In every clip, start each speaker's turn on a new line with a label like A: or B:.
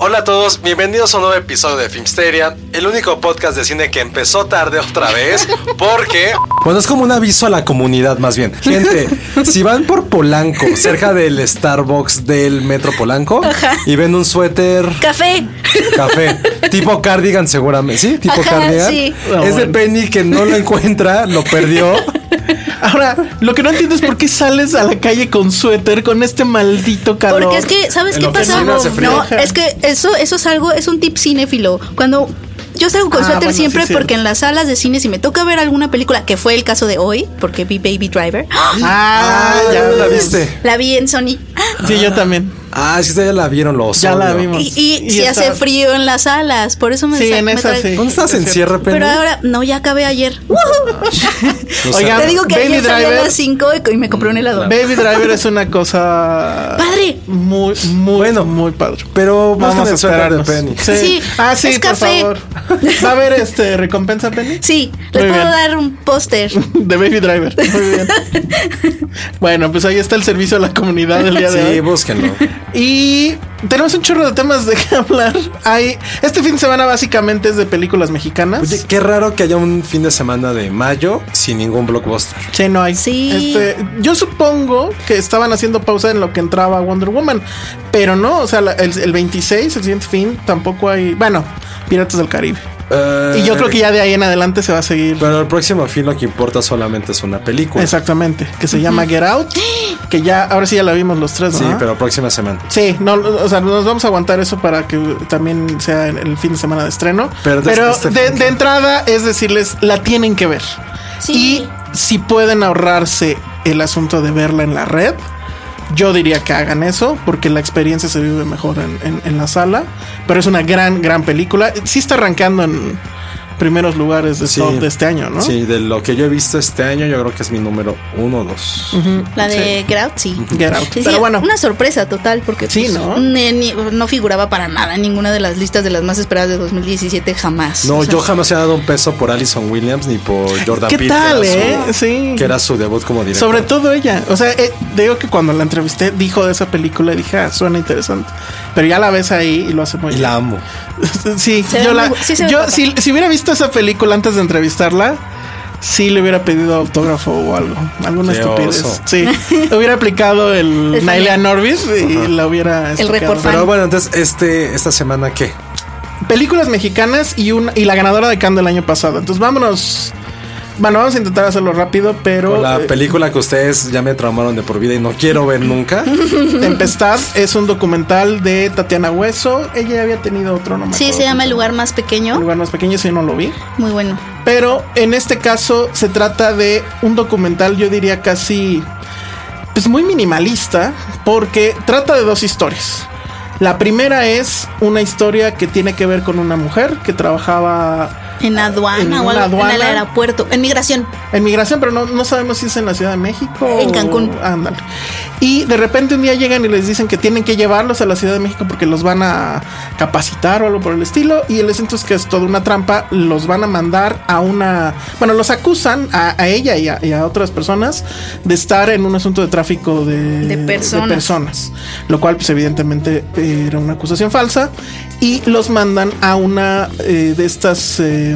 A: Hola a todos, bienvenidos a un nuevo episodio de Filmsteria, el único podcast de cine que empezó tarde otra vez, porque... Bueno, es como un aviso a la comunidad más bien. Gente, si van por Polanco, cerca del Starbucks del Metro Polanco, y ven un suéter
B: Café.
A: café, tipo cardigan seguramente, ¿sí? Tipo
B: Ajá,
A: cardigan.
B: sí.
C: Ah,
A: Es de Penny que no lo encuentra, lo perdió.
C: Ahora, lo que no entiendo es por qué sales a la calle con suéter, con este maldito calor.
B: Porque es que, ¿sabes
A: En
B: qué
A: la
B: pasa?
A: oficina hace frío.
B: No, es que eso, eso es algo, es un tip cinéfilo. Cuando yo salgo con
C: Ah,
B: suéter
C: bueno,
B: siempre
C: sí, cierto.
B: porque en las salas de cine, si me toca ver alguna película, que fue el caso de hoy, porque vi Baby Driver,
C: Ah,
A: Ah,
C: ya
A: la viste.
B: la vi en Sony.
C: Sí, yo también.
A: Ah, es que esa ya la vieron los.
C: Ya la
A: odio.
C: vimos.
B: Y, y
C: Y
B: si
C: está-
B: hace frío en las salas, por eso me
C: Sí,
B: sa-
C: en
B: me
C: esa
B: trae-
C: sí.
A: ¿Dónde estás en Sierra Penny?
B: Pero ahora, no, ya acabé ayer. ¡Woohoo!
C: Oigan,
B: Te digo que
C: Baby
B: ayer salí a
C: Driver,
B: las 5 y, y me compré un helado.
C: Baby Driver es una cosa
B: Padre.
C: muy, muy,
A: Bueno.
C: muy padre.
A: Pero
C: Vamos
A: busquen
C: a
A: el suéter de
C: esperarnos.
A: Penny.
C: Sí.
B: Sí,
C: Ah, sí,
B: es
C: por
B: café.
C: favor. ¿Va a haber este recompensa, Penny?
B: Sí, le
C: Muy
B: puedo
C: bien.
B: dar un póster.
C: De Baby Driver. Muy bien. bueno, pues ahí está el servicio a la comunidad del día de hoy.
A: Sí, búsquenlo.
C: Y tenemos un chorro de temas de qué hablar. Hay, este fin de semana básicamente es de películas mexicanas.
A: Oye, qué raro que haya un fin de semana de mayo sin ningún blockbuster.
C: Sí, no hay.
B: Sí.
C: Este, yo supongo que estaban haciendo pausa en lo que entraba Wonder Woman, pero no, o sea, la- el, el 26, el siguiente fin, tampoco hay. Bueno, Piratas del Caribe.
A: Eh,
C: Y yo creo que ya de ahí en adelante se va a seguir.
A: Pero el próximo fin lo que importa solamente es una película.
C: Exactamente, que se llama Get Out, que ya, ahora sí ya la vimos los tres, ¿no?
A: Sí, pero próxima semana.
C: Sí, no, o sea, nos vamos a aguantar eso para que también sea el, el fin de semana de estreno.
A: Pero
C: Pero,
A: de- este
C: de,
A: fin-
C: de entrada es decirles, la tienen que ver.
B: Sí.
C: Y si pueden ahorrarse el asunto de verla en la red, yo diría que hagan eso, porque la experiencia se vive mejor en, en- en la sala. Pero es una gran, gran película. Sí está arrancando en primeros lugares de
A: Sí.
C: top de este año, ¿no?
A: Sí, de lo que yo he visto este año, yo creo que es mi número uno o dos.
B: La de Grout, sí.
C: Get Out.
B: Sí,
C: Pero
B: sí,
C: bueno.
B: Una sorpresa total, porque
C: Sí,
B: pues,
C: ¿no?
B: ni- ni- no figuraba para nada en ninguna de las listas de las más esperadas de 2017 jamás.
A: No,
B: O sea,
A: yo jamás he dado un peso por Allison Williams ni por Jordan
C: ¿Qué
A: Peele,
C: tal,
A: que era
C: eh? Sí.
A: Que era su debut como director.
C: Sobre todo ella. O sea, eh, digo que cuando la entrevisté dijo de esa película y dije, ah, suena interesante. Pero ya la ves ahí y lo hace muy
A: Y
C: bien.
A: la amo.
C: sí,
B: Se
C: yo
B: ve
C: la.
B: muy- sí se ve
C: yo,
B: guapa.
C: si, si hubiera visto esa película antes de entrevistarla, sí le hubiera pedido autógrafo o algo. Alguna
A: Qué
C: estupidez.
A: oso.
C: Sí. hubiera aplicado el
B: El
C: Nailea
B: fan.
C: Norvis y la hubiera.
B: El récord
C: estoqueado.
B: fan.
A: Pero bueno, entonces, este, esta semana, ¿qué?
C: películas mexicanas y una y la ganadora de Cannes del año pasado. Entonces vámonos. Bueno, vamos a intentar hacerlo rápido, pero
A: Con la
C: eh,
A: película que ustedes ya me traumaron de por vida y no quiero ver nunca.
C: Tempestad es un documental de Tatiana Hueso. Ella ya había tenido otro nombre.
B: Sí, se llama El lugar más pequeño.
C: Lugar más pequeño, si no lo vi.
B: Muy bueno.
C: Pero en este caso se trata de un documental, yo diría casi, pues muy minimalista, porque trata de dos historias. La primera es una historia que tiene que ver con una mujer que trabajaba
B: En aduana
C: En
B: o
C: una
B: algo, en el
C: aduana.
B: aeropuerto, en migración.
C: En migración, pero no, no sabemos si es en la Ciudad de México.
B: En
C: o-
B: Cancún.
C: Ándale. Y de repente un día llegan y les dicen que tienen que llevarlos a la Ciudad de México porque los van a capacitar o algo por el estilo. Y el asunto es que es toda una trampa. Los van a mandar a una. Bueno, los acusan a, a ella y a, y a otras personas de estar en un asunto de tráfico de,
B: De personas.
C: personas. Lo cual, pues, evidentemente eh, era una acusación falsa. Y los mandan a una eh, de estas. eh,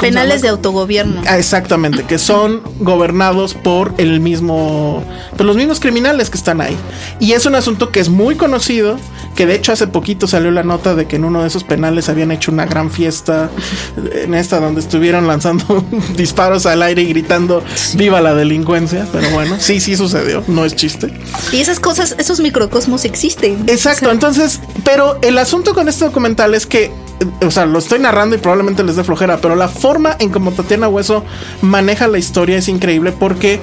B: Penales de autogobierno.
C: Ah, Exactamente, que son gobernados por el mismo, por los mismos criminales que están ahí. Y es un asunto que es muy conocido, que de hecho hace poquito salió la nota de que en uno de esos penales habían hecho una gran fiesta eh, en esta donde estuvieron lanzando disparos al aire y gritando viva la delincuencia. Pero bueno, sí, sí sucedió, no es chiste.
B: Y esas cosas, esos microcosmos existen.
C: Exacto, entonces, pero el asunto con este documental es que, eh, o sea, lo estoy narrando y probablemente les dé flojera, pero la forma en como Tatiana Hueso maneja la historia es increíble porque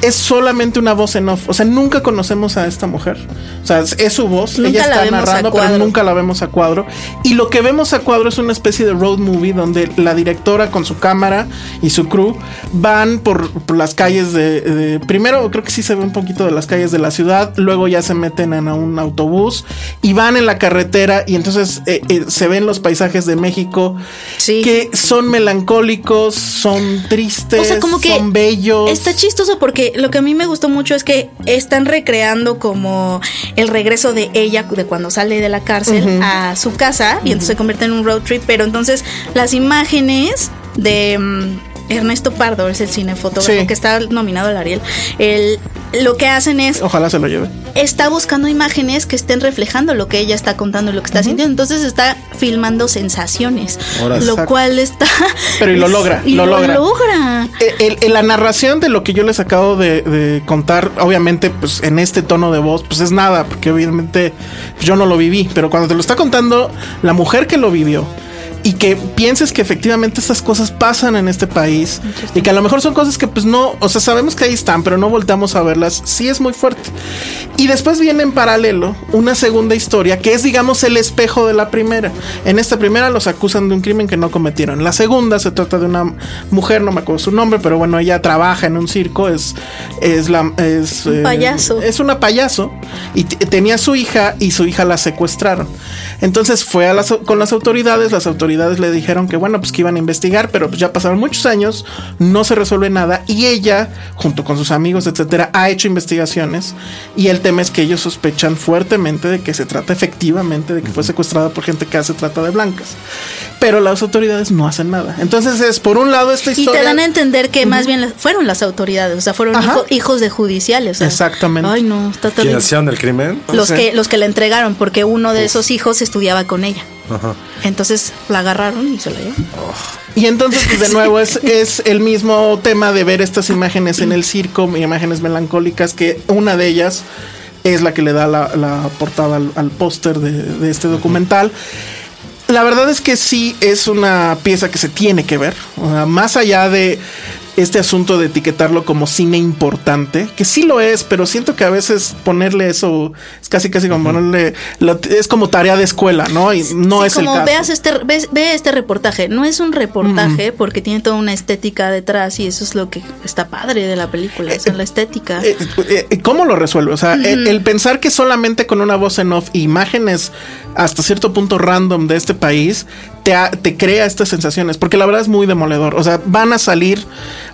C: es solamente una voz en off, o sea, nunca conocemos a esta mujer, o sea, es, es su voz,
B: Nunca
C: ella
B: la
C: está
B: vemos a
C: narrando, pero
B: cuadro.
C: nunca la vemos a cuadro, y lo que vemos a cuadro es una especie de road movie donde la directora con su cámara y su crew van por, por las calles de, de- primero creo que sí se ve un poquito de las calles de la ciudad, luego ya se meten en un autobús y van en la carretera y entonces eh, eh, se ven los paisajes de México
B: Sí.
C: que son melancólicos, son tristes,
B: O sea, como que
C: son bellos.
B: Está chistoso porque lo que a mí me gustó mucho es que Eh, están recreando como el regreso de ella de cuando sale de la cárcel a su casa y entonces se convierte en un road trip, pero entonces las imágenes de mm, Ernesto Pardo, es el cinefotógrafo
C: Sí.
B: que está nominado al Ariel, el- lo que hacen es
C: Ojalá se lo lleve.
B: está buscando imágenes que estén reflejando lo que ella está contando, lo que está sintiendo. Entonces está filmando sensaciones,
C: Ahora,
B: lo
C: exacto.
B: cual está.
C: Pero y lo logra,
B: Y
C: lo
B: lo,
C: logra. Eh,
B: logra.
C: El- el- la narración de lo que yo les acabo de, de contar, obviamente, pues en este tono de voz, pues es nada, porque obviamente pues, yo no lo viví, pero cuando te lo está contando la mujer que lo vivió y que pienses que efectivamente estas cosas pasan en este país y que a lo mejor son cosas que pues no, o sea, sabemos que ahí están, pero no voltamos a verlas, sí es muy fuerte. Y después viene en paralelo una segunda historia que es, digamos, el espejo de la primera. En esta primera los acusan de un crimen que no cometieron. La segunda se trata de una mujer, no me acuerdo su nombre, pero bueno, ella trabaja en un circo, es, es la. Es, eh,
B: Un payaso.
C: es una payaso y t- tenía su hija y su hija la secuestraron. Entonces fue a las, con las autoridades, las autoridades le dijeron que bueno, pues que iban a investigar, pero pues ya pasaron muchos años, no se resuelve nada y ella, junto con sus amigos, etcétera, ha hecho investigaciones y el tema es que ellos sospechan fuertemente de que se trata efectivamente de que fue secuestrada por gente que hace trata de blancas. Pero las autoridades no hacen nada. Entonces es por un lado esta
B: Y
C: historia
B: te dan a entender que más bien las- fueron las autoridades, o sea, fueron
C: Ajá.
B: hijo- hijos de judiciales. o sea.
C: Exactamente.
B: Ay, no, está terrible.
A: ¿Quiénes hicieron el crimen?
B: Los
C: Sí.
B: que, los que la entregaron, porque uno de esos hijos estudiaba con ella. Entonces la agarraron y se la llevaron.
C: Y entonces, pues, de nuevo, es, es el mismo tema de ver estas imágenes en el circo, imágenes melancólicas, que una de ellas es la que le da la, la portada al, al póster de, de este documental. La verdad es que sí es una pieza que se tiene que ver, O sea, más allá de este asunto de etiquetarlo como cine importante, que sí lo es, pero siento que a veces ponerle eso es casi casi como ponerle la- es como tarea de escuela, ¿no? Y no
B: Sí,
C: es
B: como
C: el caso.
B: veas este ves- ve este reportaje no es un reportaje porque tiene toda una estética detrás y eso es lo que está padre de la película o sea, la estética
C: Eh, eh, eh, ¿Cómo lo resuelve? O sea, eh, el, el pensar que solamente con una voz en off e imágenes hasta cierto punto random de este país te, ha- te crea estas sensaciones, porque la verdad es muy demoledor. O sea, van a salir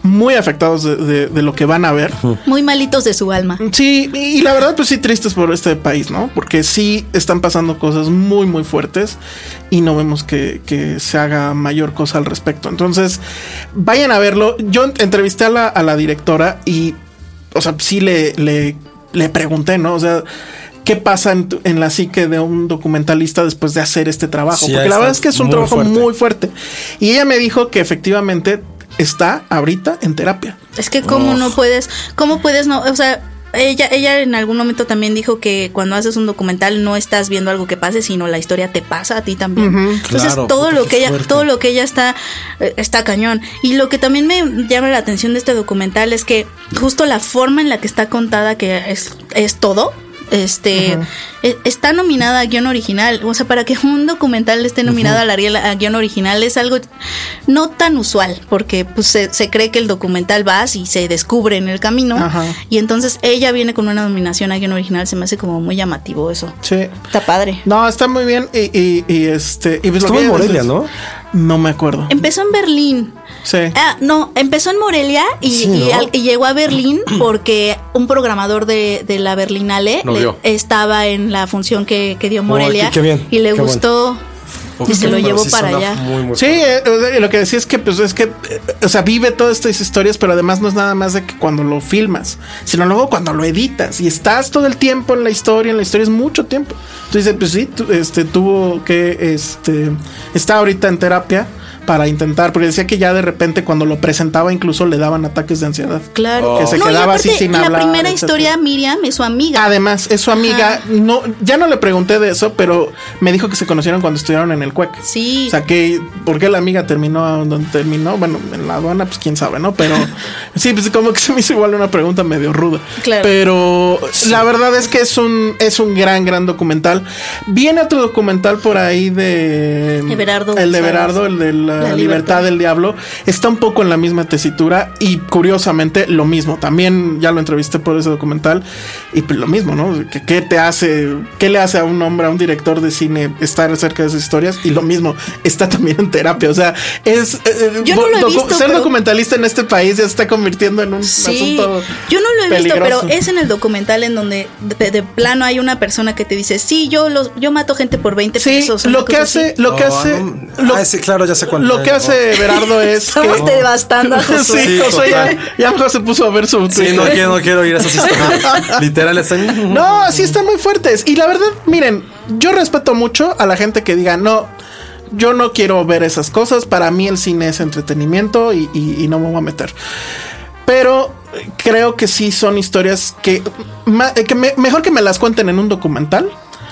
C: muy afectados de, de- de lo que van a ver.
B: muy malitos de su alma
C: Sí, y y la verdad, pues sí, tristes por este país, ¿no? Porque sí están pasando cosas muy, muy fuertes y no vemos que, que se haga mayor cosa al respecto. Entonces, vayan a verlo. Yo ent- entrevisté a la, a la directora y, o sea, sí le, le, le pregunté, ¿no? O sea, ¿qué pasa en, tu- en la psique de un documentalista después de hacer este trabajo?
A: Sí,
C: Porque la
A: está
C: verdad es que es un
A: muy
C: trabajo
A: fuerte.
C: muy fuerte. Y ella me dijo que efectivamente está ahorita en terapia.
B: es que cómo no puedes cómo puedes no o sea ella ella en algún momento también dijo que cuando haces un documental no estás viendo algo que pase sino la historia te pasa a ti también entonces
A: Claro,
B: todo
A: puta,
B: lo
A: qué
B: que ella
A: fuerte.
B: todo lo que ella está eh, está cañón y lo que también me llama la atención de este documental es que justo la forma en la que está contada que es es todo
C: este e- está nominada a guión original. O sea, para que un documental esté nominado al Ariel a guión original es algo no tan usual, porque pues, se, se cree que el documental va y se descubre en el camino.
B: Ajá.
C: Y entonces ella viene con una nominación a guión original. Se me hace como muy llamativo eso.
B: Sí.
C: Está padre.
B: No, está muy bien. Y, y, y este. Y pues lo
A: Estuvo
B: que
A: en
B: ya
A: Morelia,
B: dices-
A: ¿no?
B: No me acuerdo.
C: Empezó en Berlín.
B: Sí.
C: Ah, no, empezó en Morelia y,
A: Sí, ¿no?
C: y al- y llegó a Berlín porque un programador de, de la Berlinale
A: Lo
C: le-
A: vio.
C: estaba en la función que, que dio Morelia
A: qué- qué bien,
C: y le
A: qué bueno.
C: gustó y se lo
A: Pero
C: llevó
A: sí
C: para
A: suena
C: allá.
A: muy, muy
B: Sí,
A: padre.
B: eh, eh, lo que decía es que, pues, es que, eh, o sea, vive todas estas historias, pero además no es nada más de que cuando lo filmas, sino luego cuando lo editas y estás todo el tiempo en la historia, en la historia es mucho tiempo. Entonces, pues sí, tu- este tuvo que, este, está ahorita en terapia para intentar, porque decía que ya de repente cuando lo presentaba incluso le daban ataques de ansiedad.
C: Claro.
A: Oh.
B: Que se
C: No, y
B: quedaba así
C: aparte,
B: sin
C: la
B: hablar,
C: primera
B: etcétera.
C: historia, Miriam es su amiga.
B: Además, es su amiga. No, ya no le pregunté de eso, pero me dijo que se conocieron cuando estuvieron en el CUEC.
C: Sí.
B: O sea, que ¿por qué la amiga terminó donde terminó? Bueno, en la aduana, pues quién sabe, ¿no? Pero sí, pues como que se me hizo igual una pregunta medio ruda.
C: Claro.
B: Pero la verdad es que es un es un gran gran documental. Viene otro documental por ahí de
C: Everardo
B: eh, El de
C: González.
B: Everardo, el de la,
C: La
B: libertad,
C: Libertad.
B: del diablo. Está un poco en la misma tesitura y curiosamente lo mismo. También ya lo entrevisté por ese documental y pues, lo mismo, ¿no? ¿Qué, qué te hace, qué le hace a un hombre, a un director de cine estar cerca de sus historias? Y lo mismo, está también en terapia. O sea, es eh,
C: Yo no lo he visto,
B: ser
C: pero-
B: documentalista en este país ya se está convirtiendo en un
C: Sí,
B: asunto.
C: yo no lo he
B: peligroso.
C: visto, pero es en el documental en donde de, de plano hay una persona que te dice, sí, yo los, yo mato gente por 20
B: Sí,
C: pesos. una
B: lo que
C: cosa
B: hace,
C: así.
B: lo que
A: Ah,
B: hace,
A: no.
B: lo,
A: Ah, sí, claro, ya sé cuál.
B: lo que hace Berardo es que
C: Estamos devastando a Josué.
B: Sí,
A: Sí,
B: o sea, ya-
A: total.
B: ya, mejor se puso a ver su
A: Sí,
B: Twitter.
A: no quiero, no quiero ir a esas historias. Literal, están.
B: No, sí están muy fuertes. Y la verdad, miren, yo respeto mucho a la gente que diga, no, yo no quiero ver esas cosas. Para mí el cine es entretenimiento y, y- y no me voy a meter. Pero eh, creo que sí son historias que, ma- eh, que me- mejor que me las cuenten en un documental.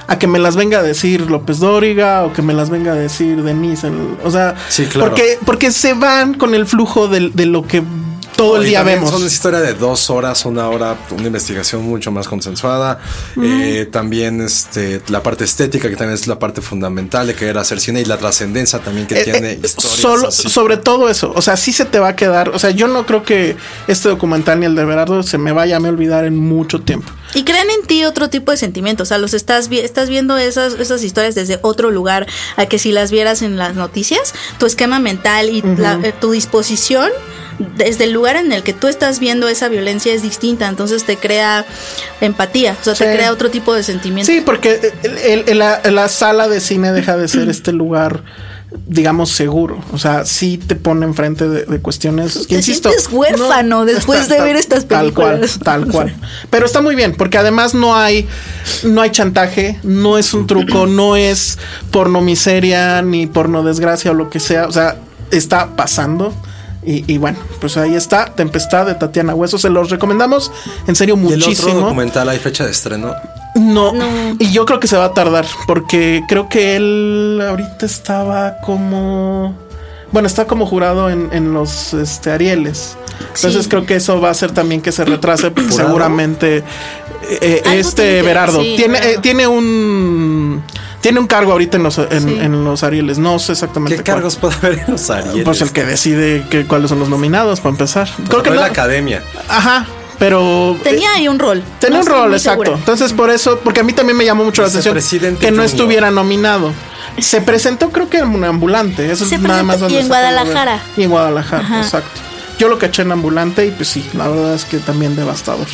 B: A que me las venga a decir López Dóriga o que me las venga a decir Denise. el- o sea,
A: Sí, claro.
B: porque, porque se van con el flujo del- de, lo que todo el
A: Y
B: día
A: también
B: vemos.
A: Son esa historia de dos horas, una hora, una investigación mucho más consensuada. Eh, también este, la parte estética, que también es la parte fundamental de querer hacer cine y la trascendencia también que
B: Eh,
A: tiene.
B: eh,
A: historias
B: solo-
A: así.
B: sobre todo eso, o sea, sí se te va a quedar, o sea, yo no creo que este documental ni el de Berardo se me vaya a me olvidar en mucho tiempo.
C: Y crean en ti otro tipo de sentimientos. O sea, los estás, vi- estás viendo esas, esas historias desde otro lugar a que si las vieras en las noticias, tu esquema mental y la- eh, tu disposición desde el lugar en el que tú estás viendo esa violencia es distinta. Entonces te crea empatía, o sea, te
B: Sí.
C: crea otro tipo de sentimiento.
B: Sí, porque el- el- la, la sala de cine deja de ser este lugar digamos seguro, o sea, sí te pone enfrente de, de cuestiones.
C: Te
B: insisto,
C: sientes huérfano después de ver estas películas.
B: Tal cual, tal cual. Pero está muy bien, porque además no hay, no hay chantaje, no es un truco, no es porno miseria, ni porno desgracia o lo que sea. O sea, está pasando. Y, y bueno, pues ahí está, Tempestad de Tatiana Hueso. Se los recomendamos en serio
A: Y el
B: muchísimo.
A: otro documental hay fecha de estreno.
B: No. Y yo creo que se va a tardar, porque creo que él ahorita estaba como. Bueno, está como jurado en, en los este, Arieles. Entonces
C: Sí.
B: creo que eso va a hacer también que se retrase seguramente eh, eh,
C: Algo tiene
B: este
C: que-
B: Berardo.
C: sí,
B: tiene,
C: Berardo.
B: eh, tiene un. Tiene un cargo ahorita en los, en,
C: Sí.
B: en los Arieles. No sé exactamente
A: ¿Qué cargos puede haber en los Arieles?
B: cuál. Pues el que decide que, cuáles son los nominados, para empezar. Creo que
A: no.
B: no.
A: la academia.
B: Ajá. Pero. eh,
C: Tenía ahí un rol.
B: Tenía
C: No
B: un
C: estoy
B: rol,
C: muy
B: exacto.
C: segura.
B: Entonces, por eso, porque a mí también me llamó mucho la atención
A: Vicepresidente
B: que no
A: Junior.
B: estuviera nominado. Se presentó, creo que en un ambulante. Eso
C: Se
B: es nada
C: presentó-
B: más donde
C: y en
B: se puede ver.
C: Guadalajara.
B: Y en Guadalajara, exacto. Yo lo caché en ambulante y pues sí, la verdad es que también devastador.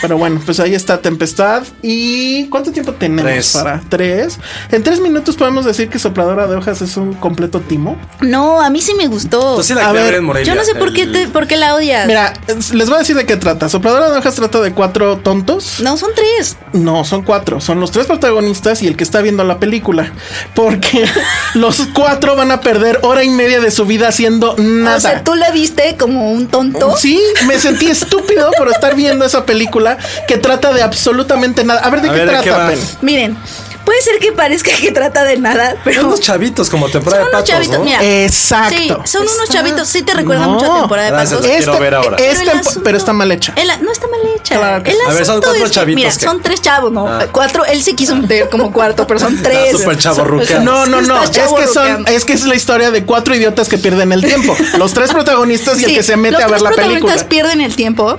B: Pero bueno, pues ahí está Tempestad. ¿Y cuánto tiempo tenemos
A: Tres.
B: para tres? En tres minutos podemos decir que Sopladora de Hojas es un completo timo.
C: No, a mí sí me gustó.
A: Entonces sí la
B: A
A: quería
B: ver,
A: ver en Morelia.
C: Yo no sé por qué,
A: El-
C: te- por qué la odias.
B: Mira, es- les voy a decir de qué trata. Sopladora de Hojas trata de cuatro tontos.
C: No, son tres.
B: No, son cuatro. Son los tres protagonistas y el que está viendo la película. Porque los cuatro van a perder hora y media de su vida haciendo nada.
C: O sea, tú la viste como un tonto.
B: Sí, me sentí estúpido por estar viendo esa película que trata de absolutamente nada. A ver, ¿de
A: A
B: qué
A: ver, ¿de qué
B: trata,
A: va?
B: Pen?
C: Miren, Puede ser que parezca que trata de nada, pero.
A: Son unos chavitos como temporada
C: Son
A: de
C: unos
A: patos,
C: chavitos,
A: ¿no?
C: mira.
B: Exacto.
C: Sí, son unos
B: Está-
C: chavitos. Sí, te recuerda
B: No.
C: mucho a temporada de
A: Gracias,
C: patos.
A: lo quiero
B: Esta-
A: ver ahora.
B: esta-
C: el asunto-
B: pero está mal hecha.
C: el a- no está mal hecha.
B: Claro que
C: El
B: sí.
A: A ver, son
C: asunto
A: cuatro
C: es que,
A: chavitos
C: Mira,
A: que- Ah.
C: son tres chavos, ¿no? Cuatro. Él se quiso meter como cuarto, pero son tres.
A: súper chavorruqueados.
C: chavorrucas.
A: No,
B: No, no, no. Es que son, es que es la historia de cuatro idiotas que pierden el tiempo. Los tres protagonistas y el
C: Sí,
B: que se mete
C: los
B: a ver
C: tres
B: la película.
C: protagonistas pierden el tiempo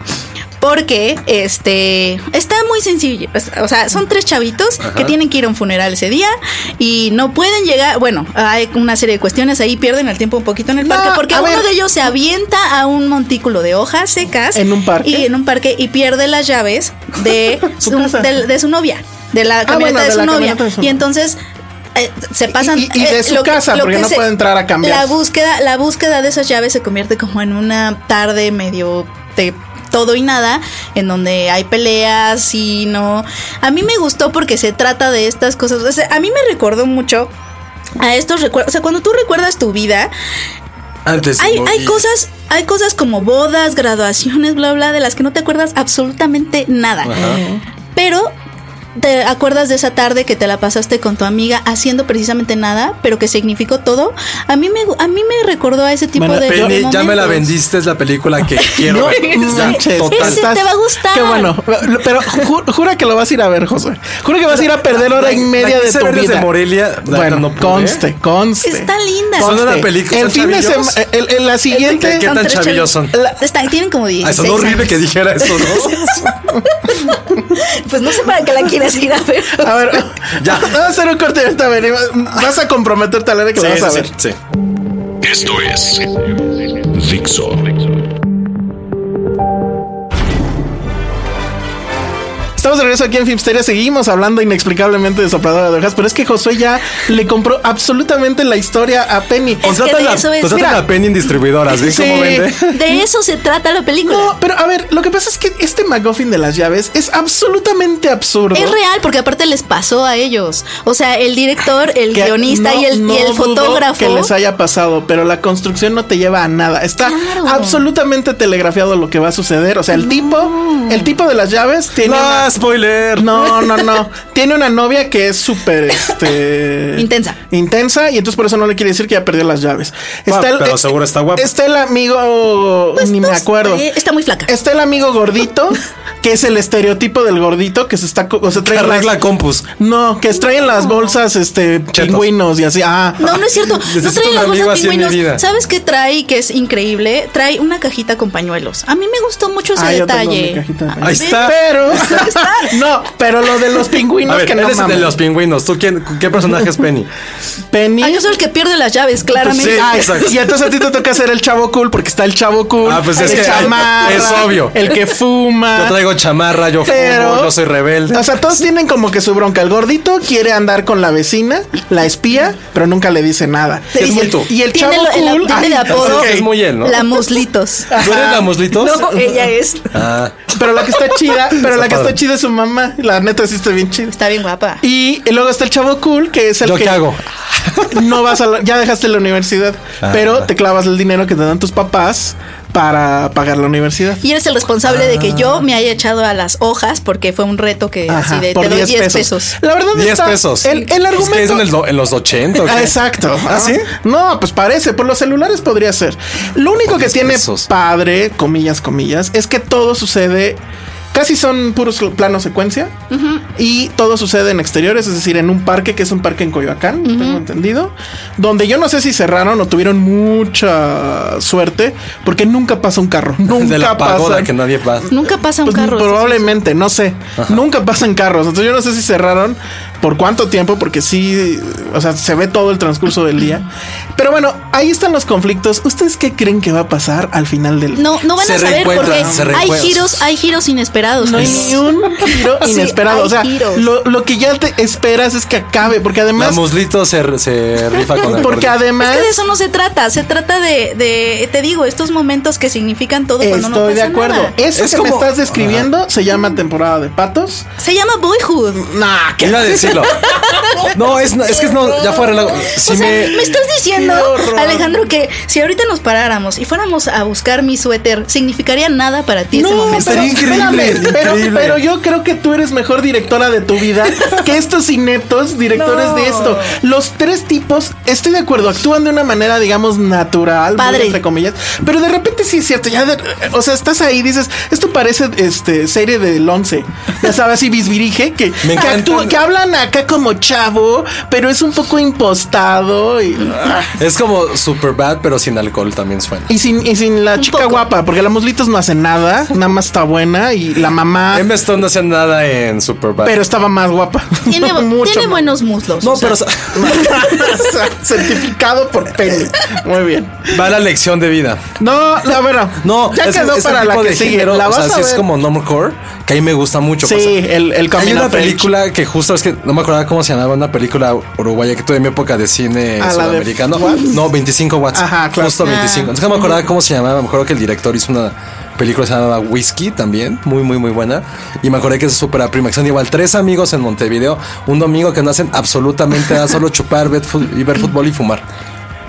C: porque este está muy sencillo. Es- O sea, son tres chavitos que tienen que ir a un funeral ese día y no pueden llegar. Bueno, hay una serie de cuestiones ahí, pierden el tiempo un poquito en el
B: No,
C: parque porque
B: a
C: uno
B: ver.
C: de ellos se avienta a un montículo de hojas secas
B: ¿En un parque?
C: y en un parque y pierde las llaves de
B: Su
C: su,
B: casa. Ah,
C: de, de su novia, de la
B: bueno,
C: camioneta
B: de
C: de,
B: la
C: su novia.
B: camioneta de su
C: Y
B: novia.
C: entonces eh, se pasan
B: y- y de
C: eh,
B: su
C: que-
B: casa, porque
C: que
B: no puede entrar a cambiar.
C: La búsqueda, la búsqueda de esas llaves se convierte como en una tarde medio de todo y nada, en donde hay peleas y no. A mí me gustó porque se trata de estas cosas. O sea, a mí me recordó mucho a estos recuerdos. O sea, cuando tú recuerdas tu vida,
A: Antes.
C: hay,
A: ¿no?
C: hay
A: Y-
C: cosas, hay cosas como bodas, graduaciones, bla, bla, de las que no te acuerdas absolutamente nada. Pero te acuerdas de esa tarde que te la pasaste con tu amiga haciendo precisamente nada, pero que significó todo. A mí me, a mí me recordó a ese tipo
B: Bueno,
C: de. de
A: Penny, ya me la
C: momentos.
A: vendiste, es la película que quiero
B: No
A: ver. Ya,
B: manches.
A: total.
C: Ese te va a gustar.
B: Qué bueno. Pero ju- jura que lo vas a ir a ver, José. Jura que vas a ir a perder hora y
A: La- la
B: media de
A: quise
B: tu
A: ver desde
B: vida.
A: Morelia, la
B: bueno,
A: neta, no pude.
B: conste, conste.
C: Está linda.
A: Son
B: Conste.
A: una
B: Este,
A: película,
B: El
A: son
B: fin de
A: chavillos.
B: semana, Eh, el- el- la siguiente.
A: ¿Qué- qué
C: Son
A: tan
C: tres
A: chavillos son?
C: chavitos. Están- tienen como 16
A: Ay, sonó horrible
C: años.
A: que dijera eso, ¿no?
C: Pues no sé para qué la quieras ir a ver.
B: A ver, ya.
A: Ya.
B: Vamos a hacer un corte y ahorita venimos. Vas a comprometerte a la hora que lo vas a ver.
A: sí.
D: Esto es Dixo.
B: Estamos de regreso aquí en Filmsteria, seguimos hablando inexplicablemente de Sopradora de Hojas, pero es que Josué ya le compró absolutamente la historia a Penny.
C: Es que
A: Contratan
C: de
A: a-
C: eso es-
A: contratan
C: Mira.
A: a Penny en distribuidoras, ¿ves
B: Sí.
A: cómo vende?
C: De eso se trata la película.
B: No, pero a ver, lo que pasa es que este McGuffin de las llaves es absolutamente absurdo.
C: Es real, porque aparte les pasó a ellos. O sea, el director, el
B: que
C: guionista
B: no-
C: y el, y
B: no
C: el
B: dudo
C: fotógrafo.
B: Que les haya pasado, pero la construcción no te lleva a nada. Está
C: Claro.
B: absolutamente telegrafiado lo que va a suceder. O sea, el tipo, el tipo de las llaves tiene. una-
A: No, spoiler.
B: No, no, no. Tiene una novia que es súper este
C: Intensa.
B: Intensa. Y entonces por eso no le quiere decir que ya perdió las llaves.
A: Bueno, pero seguro está guapa.
B: Está el amigo.
C: Pues
B: ni
C: no
B: me
C: sé,
B: acuerdo.
C: está muy flaca.
B: Está el amigo gordito, que es el estereotipo del gordito que se está. co- O sea, trae
A: Que arregla
B: las-
A: compus.
B: No, que traen las bolsas, este, pingüinos y así. Ah.
C: No, no es cierto. No
A: Necesito
C: trae
A: un
C: la
A: amigo
C: bolsa
A: así en mi vida.
C: pingüinos. ¿Sabes qué trae que es increíble? Trae una cajita con pañuelos. A mí me gustó mucho ese
B: Ah, yo tengo mi
C: detalle.
B: cajita de
C: Ah,
B: pañuelos.
A: Ahí
C: ¿ves?
A: está.
B: Pero. no, pero lo de los
A: A
B: pingüinos
A: ver,
B: que no
A: eres el de
B: mames.
A: los pingüinos. ¿Tú quién, qué personaje es Penny? Pues
B: Penny.
C: Ah, yo soy el que pierde las llaves, claramente.
A: Sí,
B: Ay,
A: exacto.
B: y entonces a ti te toca ser el chavo cool porque está el chavo cool.
A: Ah, pues es
B: el
A: que
B: chamarra,
A: es obvio.
B: El que fuma.
A: Yo traigo chamarra, yo fumo,
B: Ah, pero
A: yo soy rebelde.
B: O sea, todos tienen como que su bronca. El gordito quiere andar con la vecina, la espía, pero nunca le dice nada.
A: Sí, es
B: y,
A: muy
B: el,
A: tú.
B: y el
C: Tiene
B: chavo
C: lo- el-
B: cool
C: tiene de
B: ay,
C: apodo
A: ok. Es muy él, ¿no?
C: la muslitos.
A: ¿Tú eres la muslitos?
C: No, ella es.
A: Ah,
B: Pero la que está chida, pero la que
A: padre.
B: está chida es su mamá. La neta sí está bien chida.
C: Está bien guapa.
B: Y luego está el chavo cool, que es el
A: ¿yo
B: que
A: qué hago?
B: no vas a la- ya dejaste la universidad,
A: Ah,
B: pero te clavas el dinero que te dan tus papás para pagar la universidad. Ah.
C: Y eres el responsable de que yo me haya echado a las hojas porque fue un reto que
B: Ajá,
C: así de
B: por
C: te doy
B: 10
C: 10 pesos.
B: La verdad
A: 10
B: está-
A: pesos.
B: El, el
A: Es
B: argumento.
A: que es en, el do- en los 80. ¿o qué?
B: Ah, exacto.
A: ¿Ah, sí?
B: No, pues parece. Por los celulares podría ser. Lo único que tiene
A: pesos.
B: padre, comillas, comillas, es que todo sucede. Casi son puros planos secuencia y todo sucede en exteriores, es decir, en un parque que es un parque en Coyoacán, tengo entendido, donde yo no sé si cerraron o tuvieron mucha suerte porque nunca pasa un carro, Ah, nunca
A: De la pagoda
B: pasan-
A: que nadie va.
C: Nunca pasa un
B: pues,
C: carro.
B: Probablemente, no sé. Nunca pasan carros. Entonces yo no sé si cerraron por cuánto tiempo, porque sí, o sea, se ve todo el transcurso del día. Pero bueno, ahí están los conflictos. ¿Ustedes qué creen que va a pasar al final del
C: No, no van
A: Se
C: a saber porque
A: reencuentran, se
C: hay
A: reencuentran.
C: giros, hay giros inesperados.
B: No hay ni un giro
C: Sí,
B: inesperado.
C: hay
B: o sea,
C: giros.
B: lo, lo que ya te esperas es que acabe, porque
A: La
B: además.
A: muslito se, se rifa con el
B: Porque
A: gordito.
B: además.
C: Es que de eso no se trata, se trata de, de te digo, estos momentos que significan todo cuando no
B: Estoy de
C: pasa
B: acuerdo.
C: nada.
B: Eso
A: Es
B: que me
A: como-
B: estás describiendo se llama temporada de patos.
C: Se llama Boyhood.
B: Nah,
A: Iba a decirlo. No, es, es que es no, ya fuera. la- Si
C: o sea,
A: me,
C: me... estás diciendo,
B: Qué horror.
C: Alejandro, que si ahorita nos paráramos y fuéramos a buscar mi suéter, significaría nada para ti ese
B: No,
C: momento.
A: Estaría
B: pero
A: increíble.
B: Pero, pero yo creo que tú eres mejor directora de tu vida que estos ineptos directores
C: No.
B: de esto. Los tres tipos, estoy de acuerdo, actúan de una manera, digamos, natural, muy
C: Padre.
B: entre comillas. Pero de repente sí es cierto. Ya de- o sea, estás ahí y dices, esto parece este serie del 11. Ya sabes, y bisbirige que,
A: Me
B: que,
A: encantan.
B: actúa- que hablan acá como chavo, pero es un poco impostado y, ah.
A: Es como super bad, pero sin alcohol también suena.
B: y sin, y sin la chica
C: poco.
B: guapa, porque la muslitos no hace nada, nada más está buena y la mamá.
A: Emma Stone no hacía nada en
B: ah.
A: Superbad.
B: Pero estaba más guapa.
C: Tiene,
B: Mucho
C: tiene
B: más.
C: buenos muslos.
A: no,
C: o sea,
A: pero
B: O sea, Certificado por pene. Muy bien.
A: va la lección de vida.
B: No, la verdad.
A: No,
B: ya
A: es-
B: quedó
A: es el
B: para la
A: tipo
B: que
A: de
B: sigue.
A: género,
B: la
A: o
B: vas
A: sea,
B: a
A: sí es
B: ver.
A: como normcore, que a mí me gusta mucho. pues,
B: Sí,
A: o sea,
B: el, el
A: Hay
B: coming
A: una
B: of age.
A: película que justo es que no me acordaba cómo se llamaba, una película uruguaya que tuve en mi época de cine
B: Ah, la de
A: sudamericano.
B: Watts.
A: No, 25 watts.
B: Ajá, claro. Ah.
A: Justo 25. Entonces, no me acordaba cómo se llamaba. Me acuerdo que el director hizo una película que se llamaba Whiskey también, muy, muy, muy buena. Y me acordé que es súper prima, que son igual tres amigos en Montevideo, un domingo que no hacen absolutamente nada, solo chupar, ver fu- y ver fútbol y fumar.